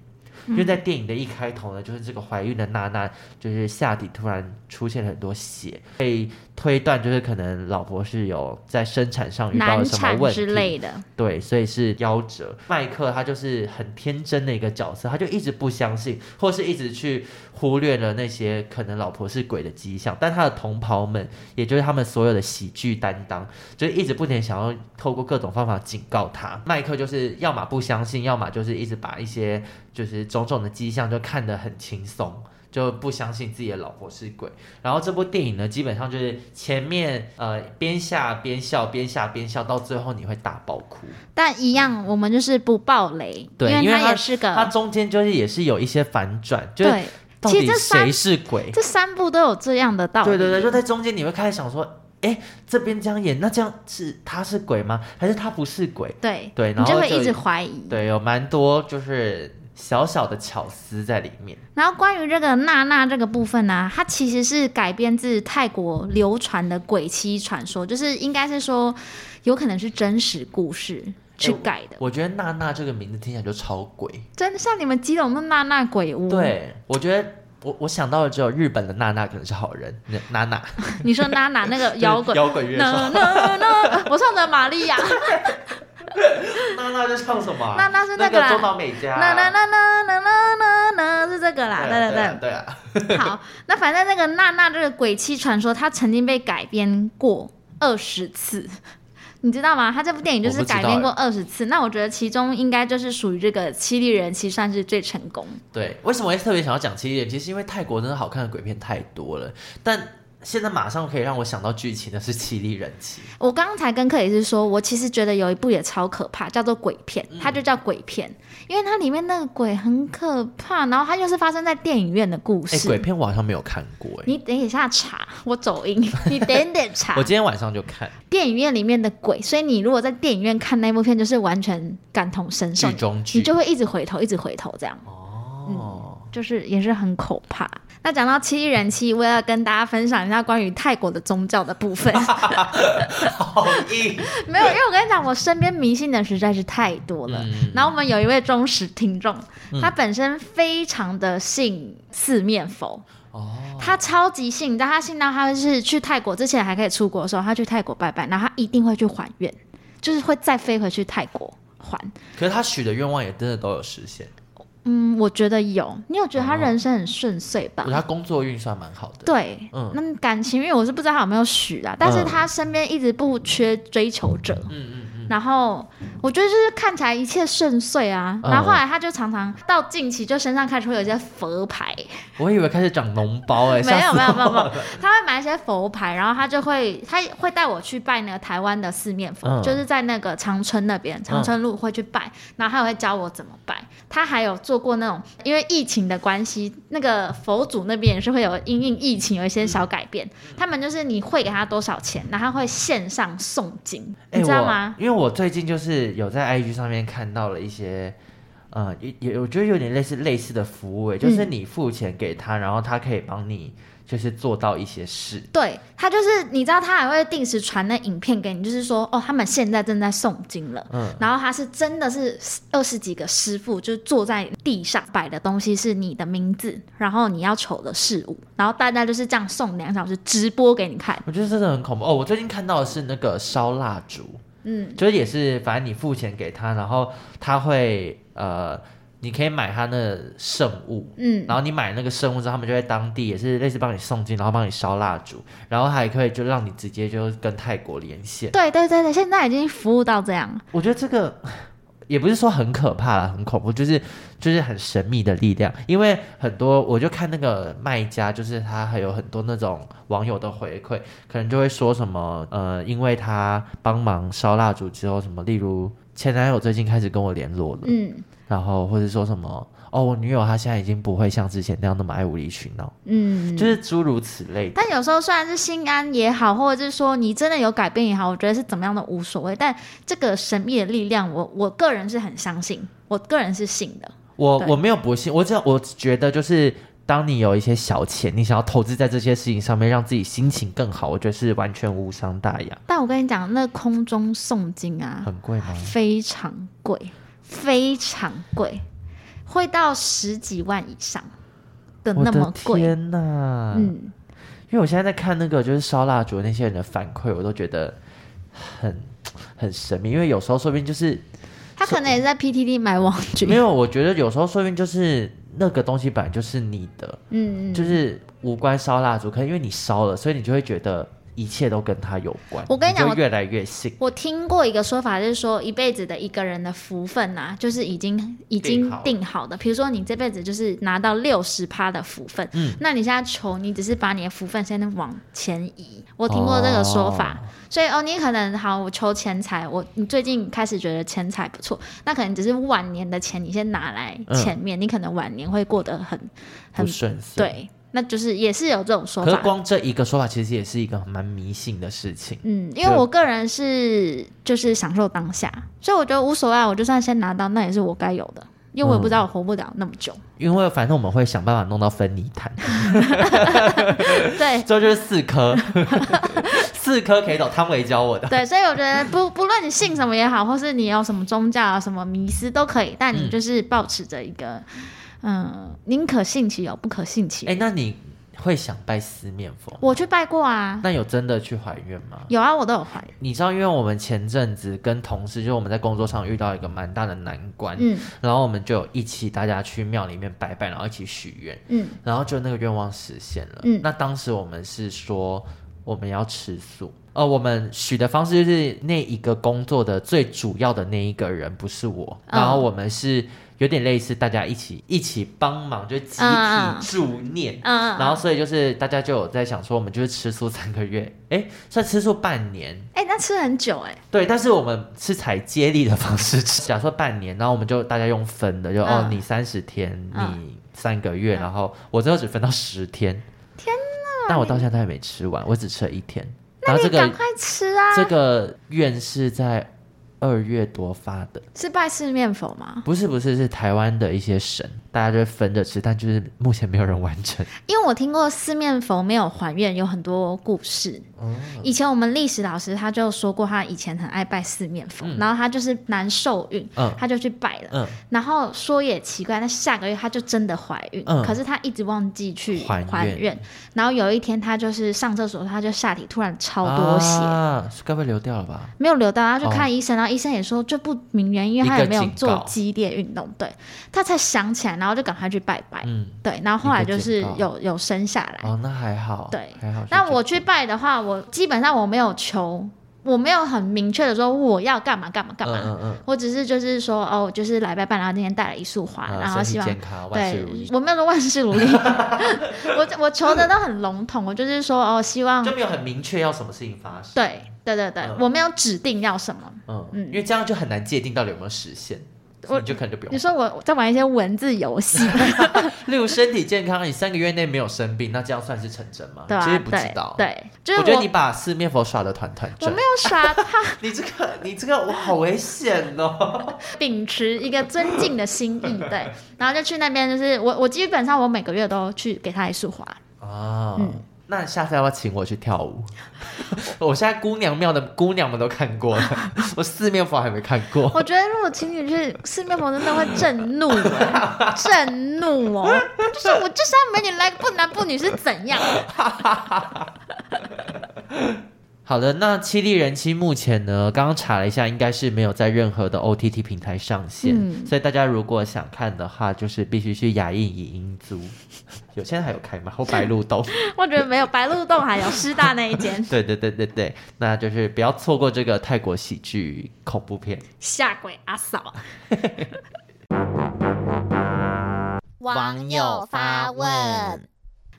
因为在电影的一开头呢，就是这个怀孕的娜娜，就是下体突然出现了很多血，被推断就是可能老婆是有在生产上遇到难了什么产问之题，类的，对，所以是夭折。麦克他就是很天真的一个角色，他就一直不相信，或是一直去忽略了那些可能老婆是鬼的迹象。但他的同袍们，也就是他们所有的喜剧担当，就是一直不停想要透过各种方法警告他。麦克就是要么不相信，要么就是一直把一些就是种种的迹象就看得很轻松。就不相信自己的老婆是鬼，然后这部电影呢，基本上就是前面呃边下边笑，边下边笑，到最后你会大爆哭。但一样我们就是不爆雷，对因为为它它也是它个中间就是也是有一些反转，就是嗯对，到其底实这三谁是鬼？这三部都有这样的道理。对对对，就在中间你会开始想说，哎，这边这样演，那这样是他是鬼吗？还是他不是鬼？对对然你后就会就一直怀疑。对，有蛮多就是小小的巧思在里面。然后关于这个娜娜这个部分呢、它其实是改编自泰国流传的鬼妻传说，就是应该是说有可能是真实故事去改的。我觉得娜娜这个名字听起来就超鬼。真的像你们基隆的娜娜鬼屋，，对，我觉得我我想到的只有日本的娜娜可能是好人，娜娜你说娜娜那 (laughs) 个摇滚，摇滚乐那手，那那，我唱的玛 (laughs) 利亚，娜娜在唱什么啊？娜娜是那那个啦中岛美嘉。那那那那那那那那是这个啦，啊对啊对对啊对啊。对。好，那反正那个娜娜这个鬼妻传说，它曾经被改编过二十次。你知道吗？它这部电影就我是不知改道编欸过二十次，那我觉得其中应该就是属于这个《七力人妻》算是最成功。对，为什么会特别想要讲《七点？其实因为泰国真的好看的鬼片太多了，但现在马上可以让我想到剧情的是《七力人妻》。我刚才跟克里斯说，我其实觉得有一部也超可怕，叫做鬼片，嗯它就叫鬼片，因为它里面那个鬼很可怕，然后它又是发生在电影院的故哎、事。鬼片我好像没有看过、哎，你等一下查，我 (laughs) 走音，你等等查我。今天晚上就看电影院里面的鬼，所以你如果在电影院看那部片，就是完全感同身受剧，中剧你就会一直回头，一直回头，这样哦。就是也是很可怕。那讲到七亿人妻，我也要跟大家分享一下关于泰国的宗教的 (laughs) 部分。哦好硬，没有，因为我跟你讲，我身边迷信的实在是太多了。嗯然后我们有一位忠实听众，他本身非常的信四面佛，哦，他超级信，你知道他信到他是去泰国之前还可以出国的时候，他去泰国拜拜，然后他一定会去还愿，就是会再飞回去泰国还。可是他许的愿望也真的都有实现，嗯，我觉得有，你有觉嗯得他人生很顺遂吧我觉？得他工作运算蛮好的。对，嗯那感情，因为我是不知道他有没有许啦，但是嗯他身边一直不缺追求者，嗯嗯嗯，然后我觉得就是看起来一切顺遂啊，嗯然后后来他就常常到近期就身上开始会有一些佛牌，我以为开始长脓包哎、没吓有死没有没有我没有，他会买一些佛牌，然后他就会他会带我去拜那个台湾的四面佛，嗯就是在那个长春那边长春路会去拜，然后他也会教我怎么拜。他还有做过那种，因为疫情的关系，那个佛祖那边也是会有因应疫情有一些小改变，他们就是你会给他多少钱，然后他会线上诵经，哎你知道我吗？因为我最近就是有在 IG 上面看到了一些，呃，也也我觉得有点类似类似的服务、欸，嗯就是你付钱给他，然后他可以帮你就是做到一些事。对他就是，你知道他还会定时传那影片给你，就是说哦，他们现在正在诵经了。嗯然后他是真的是二十几个师傅，就是坐在地上摆的东西是你的名字，然后你要求的事物，然后大家就是这样送两小时直播给你看。我觉得真的很恐怖哦！我最近看到的是那个烧蜡烛，嗯，就是也是反正你付钱给他，然后他会呃，你可以买他那圣物，嗯，然后你买那个圣物之后，他们就在当地也是类似帮你送进，然后帮你烧蜡烛，然后还可以就让你直接就跟泰国连线。对对对对，现在已经服务到这样，我觉得这个 (sighs) 也不是说很可怕啦，很恐怖，就是就是很神秘的力量。因为很多我就看那个卖家，就是他还有很多那种网友的回馈，可能就会说什么呃，因为他帮忙烧蜡烛之后，什么例如前男友最近开始跟我联络了，嗯然后或者说什么哦，我女友她现在已经不会像之前那样那么爱无理取闹，嗯。就是诸如此类的。但有时候虽然是心安也好，或者是说你真的有改变也好，我觉得是怎么样都无所谓。但这个神秘的力量，我我个人是很相信，我个人是信的。我对我没有不信，我只有我觉得就是当你有一些小钱，你想要投资在这些事情上面，让自己心情更好，我觉得是完全无伤大雅。但我跟你讲，那空中诵经啊，很贵吗？非常贵，非常贵，会到十几万以上的我那么的贵。天呐！嗯，嗯，因为我现在在看那个就是烧蜡烛的那些人的反馈，我都觉得很很神秘，因为有时候说不定就是他可能也是在 PTT 买网没剧。有，我觉得有时候说不定就是那个东西本来就是你的，嗯，就是无关烧蜡烛，可能因为你烧了，所以你就会觉得一切都跟它有关。我跟你讲就我越来越信。我听过一个说法，就是说一辈子的一个人的福分呐、就是已经已经定好了定好的。比如说你这辈子就是拿到六十趴的福分，嗯那你现在求，你只是把你的福分先往前移。我听过这个说法，所以哦，你可能好，我求钱财，我你最近开始觉得钱财不错，那可能只是晚年的钱你先拿来前面，嗯你可能晚年会过得很不很顺遂。，对，那就是也是有这种说可是法。光这一个说法，其实也是一个蛮迷信的事情。嗯，因为对我个人是就是享受当下，所以我觉得无所谓，我就算先拿到，那也是我该有的，因为我也不知道我活不了那么久。因为反正我们会想办法弄到分离 (laughs) 坛，对最后就是四颗， (laughs) 四颗可以走汤唯教我的。对，所以我觉得不不论你信什么也好，或是你有什么宗教啊、什么迷思都可以，但嗯你就是保持着一个嗯，宁可信其有，不可信其无。哎，那你会想拜四面佛？我去拜过啊，那有真的去还愿吗？有啊，我都有怀疑。你知道，因为我们前阵子跟同事，就是我们在工作上遇到一个蛮大的难关，嗯然后我们就有一起大家去庙里面拜拜，然后一起许愿，嗯然后就那个愿望实现了。嗯那当时我们是说我们要吃素，呃，我们许的方式就是那一个工作的最主要的那一个人不是我，嗯然后我们是有点类似大家一起一起帮忙，就集嗯嗯体助念。嗯，然后，所以就是大家就有在想说，我们就是吃素三个月，哎，算吃素半年，哎、那吃很久哎、对，但是我们是采接力的方式 (laughs) 吃，假设半年，然后我们就大家用分的，就、哦，嗯你三十天，嗯你三个月，然后我最后只分到十天。天哪！但我到现在还没吃完，我只吃了一天。然那后这你赶个快吃啊！这个愿是在二月多发的，是拜四面佛吗？不是不是是台湾的一些神，大家就会分着吃，但就是目前没有人完成。因为我听过四面佛没有还愿有很多故事。哦以前我们历史老师他就说过，他以前很爱拜四面佛，然后他就是难受孕，嗯他就去拜了。嗯，然后说也奇怪，那下个月她就真的怀孕，嗯可是她一直忘记去还愿然后有一天她就是上厕所，她就下体突然超多血，啊，哦该不会流掉了吧？没有流到，然后就看医生，然后医生也说这不明原因，因为她也没有一个警做告激烈运动，对，她才想起来，然后就赶快去拜拜，嗯，对，然后后来就是一个警告有有生下来。哦，那还好，对还好是这嗯样。那我去拜的话，我基本上我没有求，我没有很明确的说我要干嘛干嘛干嘛，嗯嗯嗯，我只是就是说哦，就是来拜拜，然后今天带了一束花，啊然后身体希望健康，万事对如意，。我没有说万事如意， (laughs) 我我求的都很笼统，我就是说哦，希望就没有很明确要什么事情发生。对对对对，嗯我没有指定要什么。嗯，因为这样就很难界定到底有没有实现，所以你就可能就不你用。说我在玩一些文字游 (laughs) 戏，例如身体健康，你三个月内没有生病，那这样算是成真吗？对吧、其实不知对道。，对，就是我觉得你把四面佛耍的团团我转没，有耍他，你这个你这个我好危险 (laughs) 哦。秉持一个尊敬的心意，对，然后就去那边，就是我我基本上我每个月都去给他一束花，啊嗯，那下次要不要请我去跳舞？ (laughs) 我现在姑娘庙的姑娘们都看过了，我四面佛还没看过。 (laughs) 我觉得如果请你去四面佛，真的会震怒、欸，震怒哦！就是我就是要没你来个不男不女是怎样？好的，那《七力人妻》目前呢，刚刚查了一下，应该是没有在任何的 OTT 平台上线，嗯所以大家如果想看的话，就是必须去雅印影音租。 (laughs) 有现在还有开吗？或白鹿洞？我觉得没有白鹿洞，还有师大那 (laughs) 一间对对对对对，那就是不要错过这个泰国喜剧恐怖片。下鬼阿嫂。网友发问，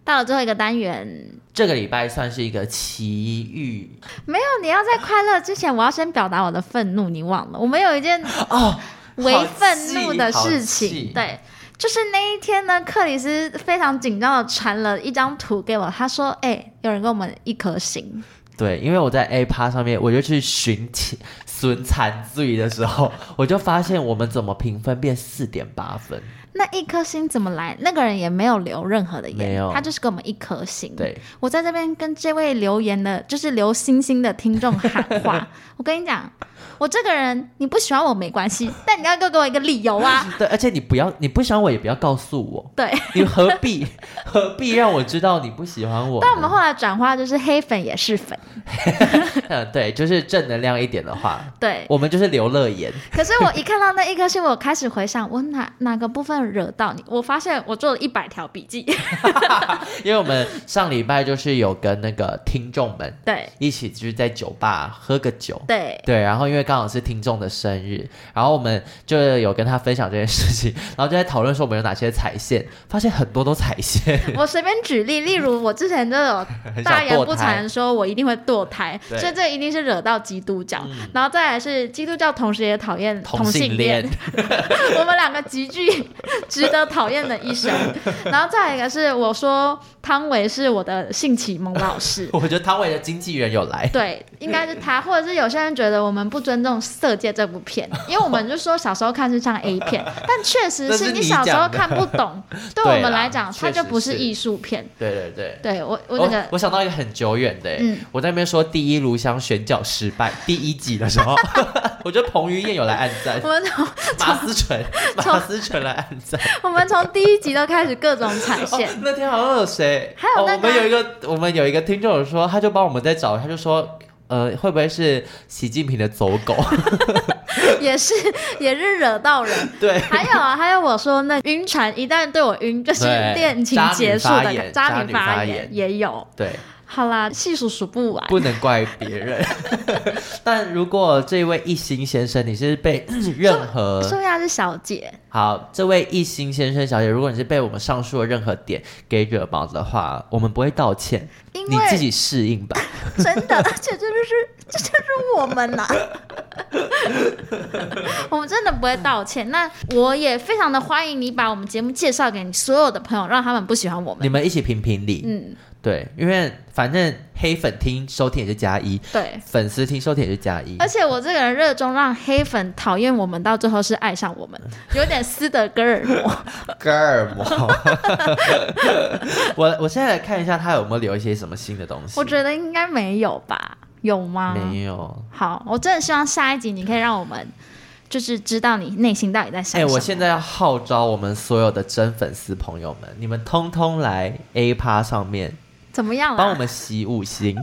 到了最后一个单元，这个礼拜算是一个奇遇没有你要在快乐之前，我要先表达我的愤怒，你忘了？我们有一件哦，为愤怒的好气事好气情，对。就是那一天呢，克里斯非常紧张的传了一张图给我，他说：“哎、有人给我们一颗嗯星。对，因为我在 A 趴上面，我就去寻亲寻残罪的时候，我就发现我们怎么评分变四点八分。”那一颗星怎么来？那个人也没有留任何的没言有，他就是给我们一颗星。对，我在这边跟这位留言的，就是留星星的听众喊 (laughs) 话。我跟你讲，我这个人你不喜欢我没关系，但你要给我一个理由啊！对，而且你不要，你不喜欢我也不要告诉我，对，你何必 (laughs) 何必让我知道你不喜欢我呢？但我们后来转化就是黑粉也是粉，嗯，对，就是正能量一点的话，对。我们就是刘乐言。可是我一看到那一颗星，我开始回想我哪哪个部分惹到你，我发现我做了一百条笔记。 (laughs) 因为我们上礼拜就是有跟那个听众们对一起就是在酒吧喝个酒， (laughs) 对，对，然后因为刚好是听众的生日，然后我们就有跟他分享这件事情，然后就在讨论说我们有哪些踩线，发现很多都踩线，我随便举例，例如我之前就有 (laughs) 很大想言堕不胎惭。说我一定会堕胎，对嗯所以这一定是惹到基督教。然后再来是基督教，同时也讨厌同性性恋 (laughs)。恋。，我们两个极具 (laughs) 值得讨厌的一生。然后再来一个是我说汤唯是我的性启蒙老师我觉得汤唯的经纪人有来，对，应该是他，或者是有些人觉得我们不尊重《色戒》这部 (laughs) 片，因为我们就说小时候看是像 A 片，但确实那是是你你小时候讲的看不懂， (laughs) 对对我们啦来讲，确它就实不是是艺术片。对对对。对我，我那个 (laughs) 哦、我想到一个很久远的欸、嗯我在那边说第一炉香选角失败， (laughs) 第一集的时候， (laughs) 我觉得彭于晏有来暗 (laughs) 赞我，们从马思纯，马思纯来暗赞。我们从第一集都开始各种踩哦线，，那天好像有谁？还有那个哦、我啊们有一个，我们有一个听众有说，他就帮我们在找，他就说，呃，会不会是习近平的走狗？ (laughs) 哦也是也是惹到人。对，还 (laughs) 有啊，还有我说那晕船，一旦对我晕，就是对恋情结束渣女发的言渣渣女女发发言言也有。对，好啦，细数数不完。不能怪别人。 (laughs) 但如果这位一心先生，你是 (coughs) 被任何说明她是小姐，好，这位一心先生小姐，如果你是被我们上述的任何点给惹毛的话，我们不会道歉，因你自为己适应 (laughs) 吧。 (laughs) 真的，而且这就是这就是我们呐、我们真的不会道歉。那我也非常的欢迎你把我们节目介绍给你所有的朋友，让他们不喜欢我你们。们一起评评理，嗯，对，因为反正黑粉听收听也是加一，对。粉丝听收听也是加一而。且我这个人热衷让黑粉讨厌我们，到最后是爱 (laughs) 上我们，有点斯德哥尔摩。戈尔摩， (laughs) 我我现在来看一下他有没有留一些什么新的东西。我觉得应该没有吧？有吗？没有。好，我真的希望下一集你可以让我们就是知道你内心到底在想哎、什么。我现在要号召我们所有的真粉丝朋友们，你们通通来 A 趴上面怎么样了？帮我们洗五 (laughs) 星，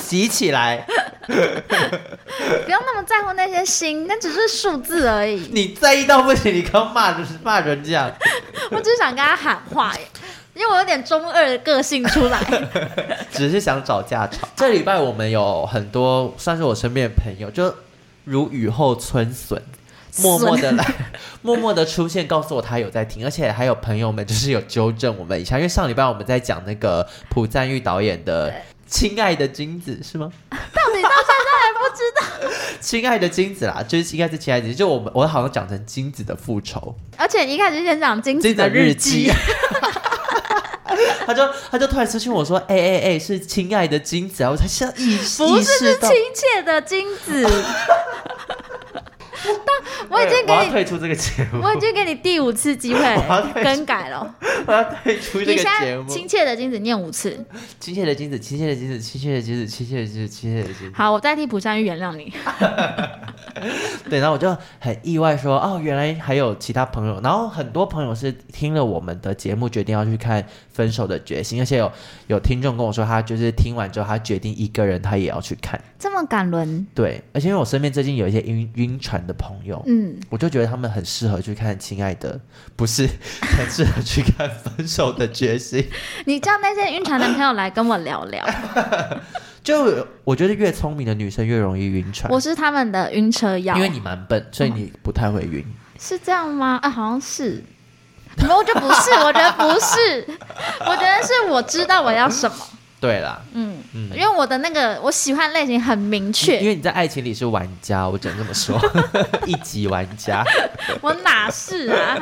洗起来！不要那么在乎那些星，那只是数字而已。你在意到不行，你刚骂人骂人这样， (laughs) 我只是想跟他喊话耶，因为我有点中二的个性出 (laughs) 来。只是想找架吵。这礼拜我们有很多算是我身边的朋友，就如雨后春笋，默默的来， (laughs) 默默的出现，告诉我他有在听，而且还有朋友们就是有纠正我们一下，因为上礼拜我们在讲那个朴赞玉导演的《亲爱的金子》是吗？到底到现在还不知道，亲爱的金子啦，就是应该是亲爱的金子，就我们我好像讲成金子的复仇，而且你一开始先讲金子金子嗯的的日记记。。 (laughs) 他就他就突然私信我说：“哎哎哎，是亲爱的金子啊！”我才现在意意不是识是到亲，切的金 (laughs) 子。但我已经哎我要给你，退出这个节目，我已经给你第五次机 (laughs) 要会退更改了。我要退出这你个现节在目。亲切的金子念五次。亲切的金子，亲切的金子，亲切的金子，亲切的金子，亲切的金子。好，我代替蒲山玉原谅你。对，然后我就很意外说，哦，原来还有其他朋友，然后很多朋友是听了我们的节目，决定要去看《分手的决心》，而且有有听众跟我说，他就是听完之后，他决定一个人他也要去看。这么感人，对，而且因为我身边最近有一些晕晕船的朋友，嗯，我就觉得他们很适合去看《亲爱的》，不是 (laughs) 很适合去看《分手的决心》。 (laughs) 你叫那些晕船的朋友来跟我聊聊，就我觉得越聪明的女生越容易晕船，我是嗯他们的晕车药因，为你蛮笨，所以你不太会晕。是这样吗？啊，好像是。没有，我就 (laughs) 不是，我觉得不是，我觉得是我知道我要什么，对啦，嗯，嗯因为我的那个我喜欢类型很明因确，为你在爱情里是玩家，我只能这么 (laughs) 说，一级玩家。我哪是啊？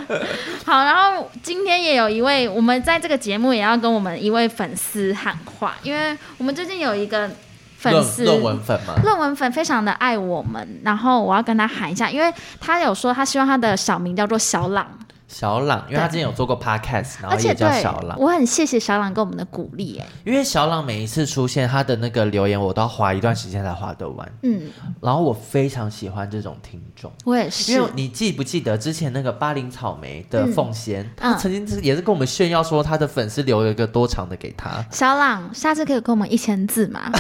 好，然后今天也有一位，我们在这个节目也要跟我们一位粉丝喊话，因为我们最近有一个粉丝论论文粉吗？论文粉非常的爱我们，然后我要跟他喊一下，因为他有说他希望他的小名叫做小朗，小朗，因为他之前有做过 podcast，然而后且也对叫小朗。我很谢谢小朗给我们的鼓励，哎，因为小朗每一次出现，他的那个留言我都要花一段时间才花得完。嗯，然后我非常喜欢这种听众，我也因是为，你记不记得之前那个巴林草莓的凤仙，他嗯曾经是也是跟我们炫耀说他的粉丝留了一个多长的给他。小朗，下次可以给我们一千字 (laughs) 吗？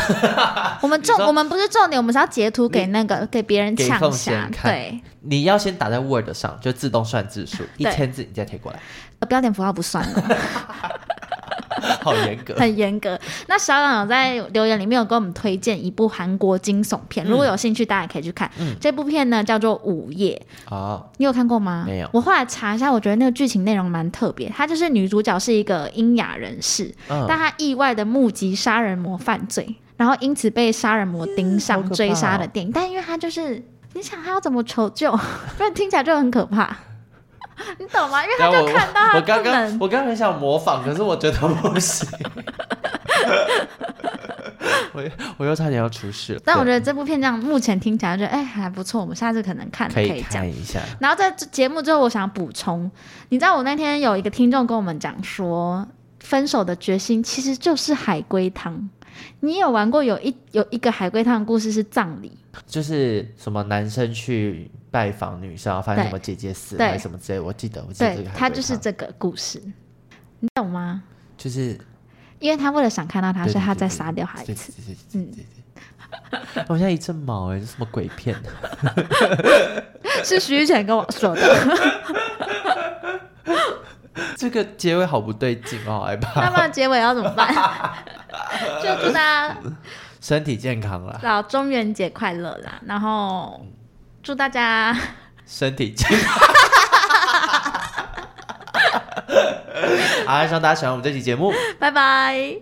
我们重你，说我们不是重点，我们是要截图给那个给别人给抢凤一下仙。看对，你要先打在 Word 上，就自动算字数，一对千字你再贴过来，呃标点符号不 (laughs) 算了，好严 (laughs) 格。很严格。那小朗有在留言里面有给我们推荐一部韩国惊悚嗯片，如果有兴趣，大家也可以去看。这部片呢叫做《午夜》，好，你有看过吗？没有我后来查一下，我觉得那个剧情内容蛮特别。她就是女主角是一个英雅人士，嗯但她意外的目击杀人魔犯罪，然后因此被杀人魔盯好可上怕哦追杀的电影。但因为她就是，你想她要怎么求救？ (laughs) 不然听起来就很可怕， (laughs) 你懂吗？因为她但我就看到我她我刚不刚能。我刚刚很想模仿，可是我觉得不 (laughs) 行。我我又差点要出事了。但我觉对得这部片这样目前听起来就觉得哎还不错，我们下次可能看了可以以讲。看一下，然后在这节目最后，我想补充，你知道我那天有一个听众跟我们讲说，分手的决心其实就是海龟汤。你有玩过有一有一个海龟汤的故事是葬礼，就是什么男生去拜访女生，然后发现对什么姐姐死了对还是什么之类，我记得我记得这对个，海龟汤，它就是这个故事，你懂吗？就是因为他为了想看到他，对所以他对再对杀掉他一对次。对对对对 (laughs) 对。我现在一阵毛哎，这什么鬼片？是徐玉泉跟我 (laughs) 说的。 (laughs) 这个结尾好不对劲哦，好害怕。那么结尾要怎么办？ (laughs) 就祝大家身体健康啦，老中元节快乐啦！然后祝大家身体健 (laughs) 康。好，希望大家喜欢我们这期节目。拜拜。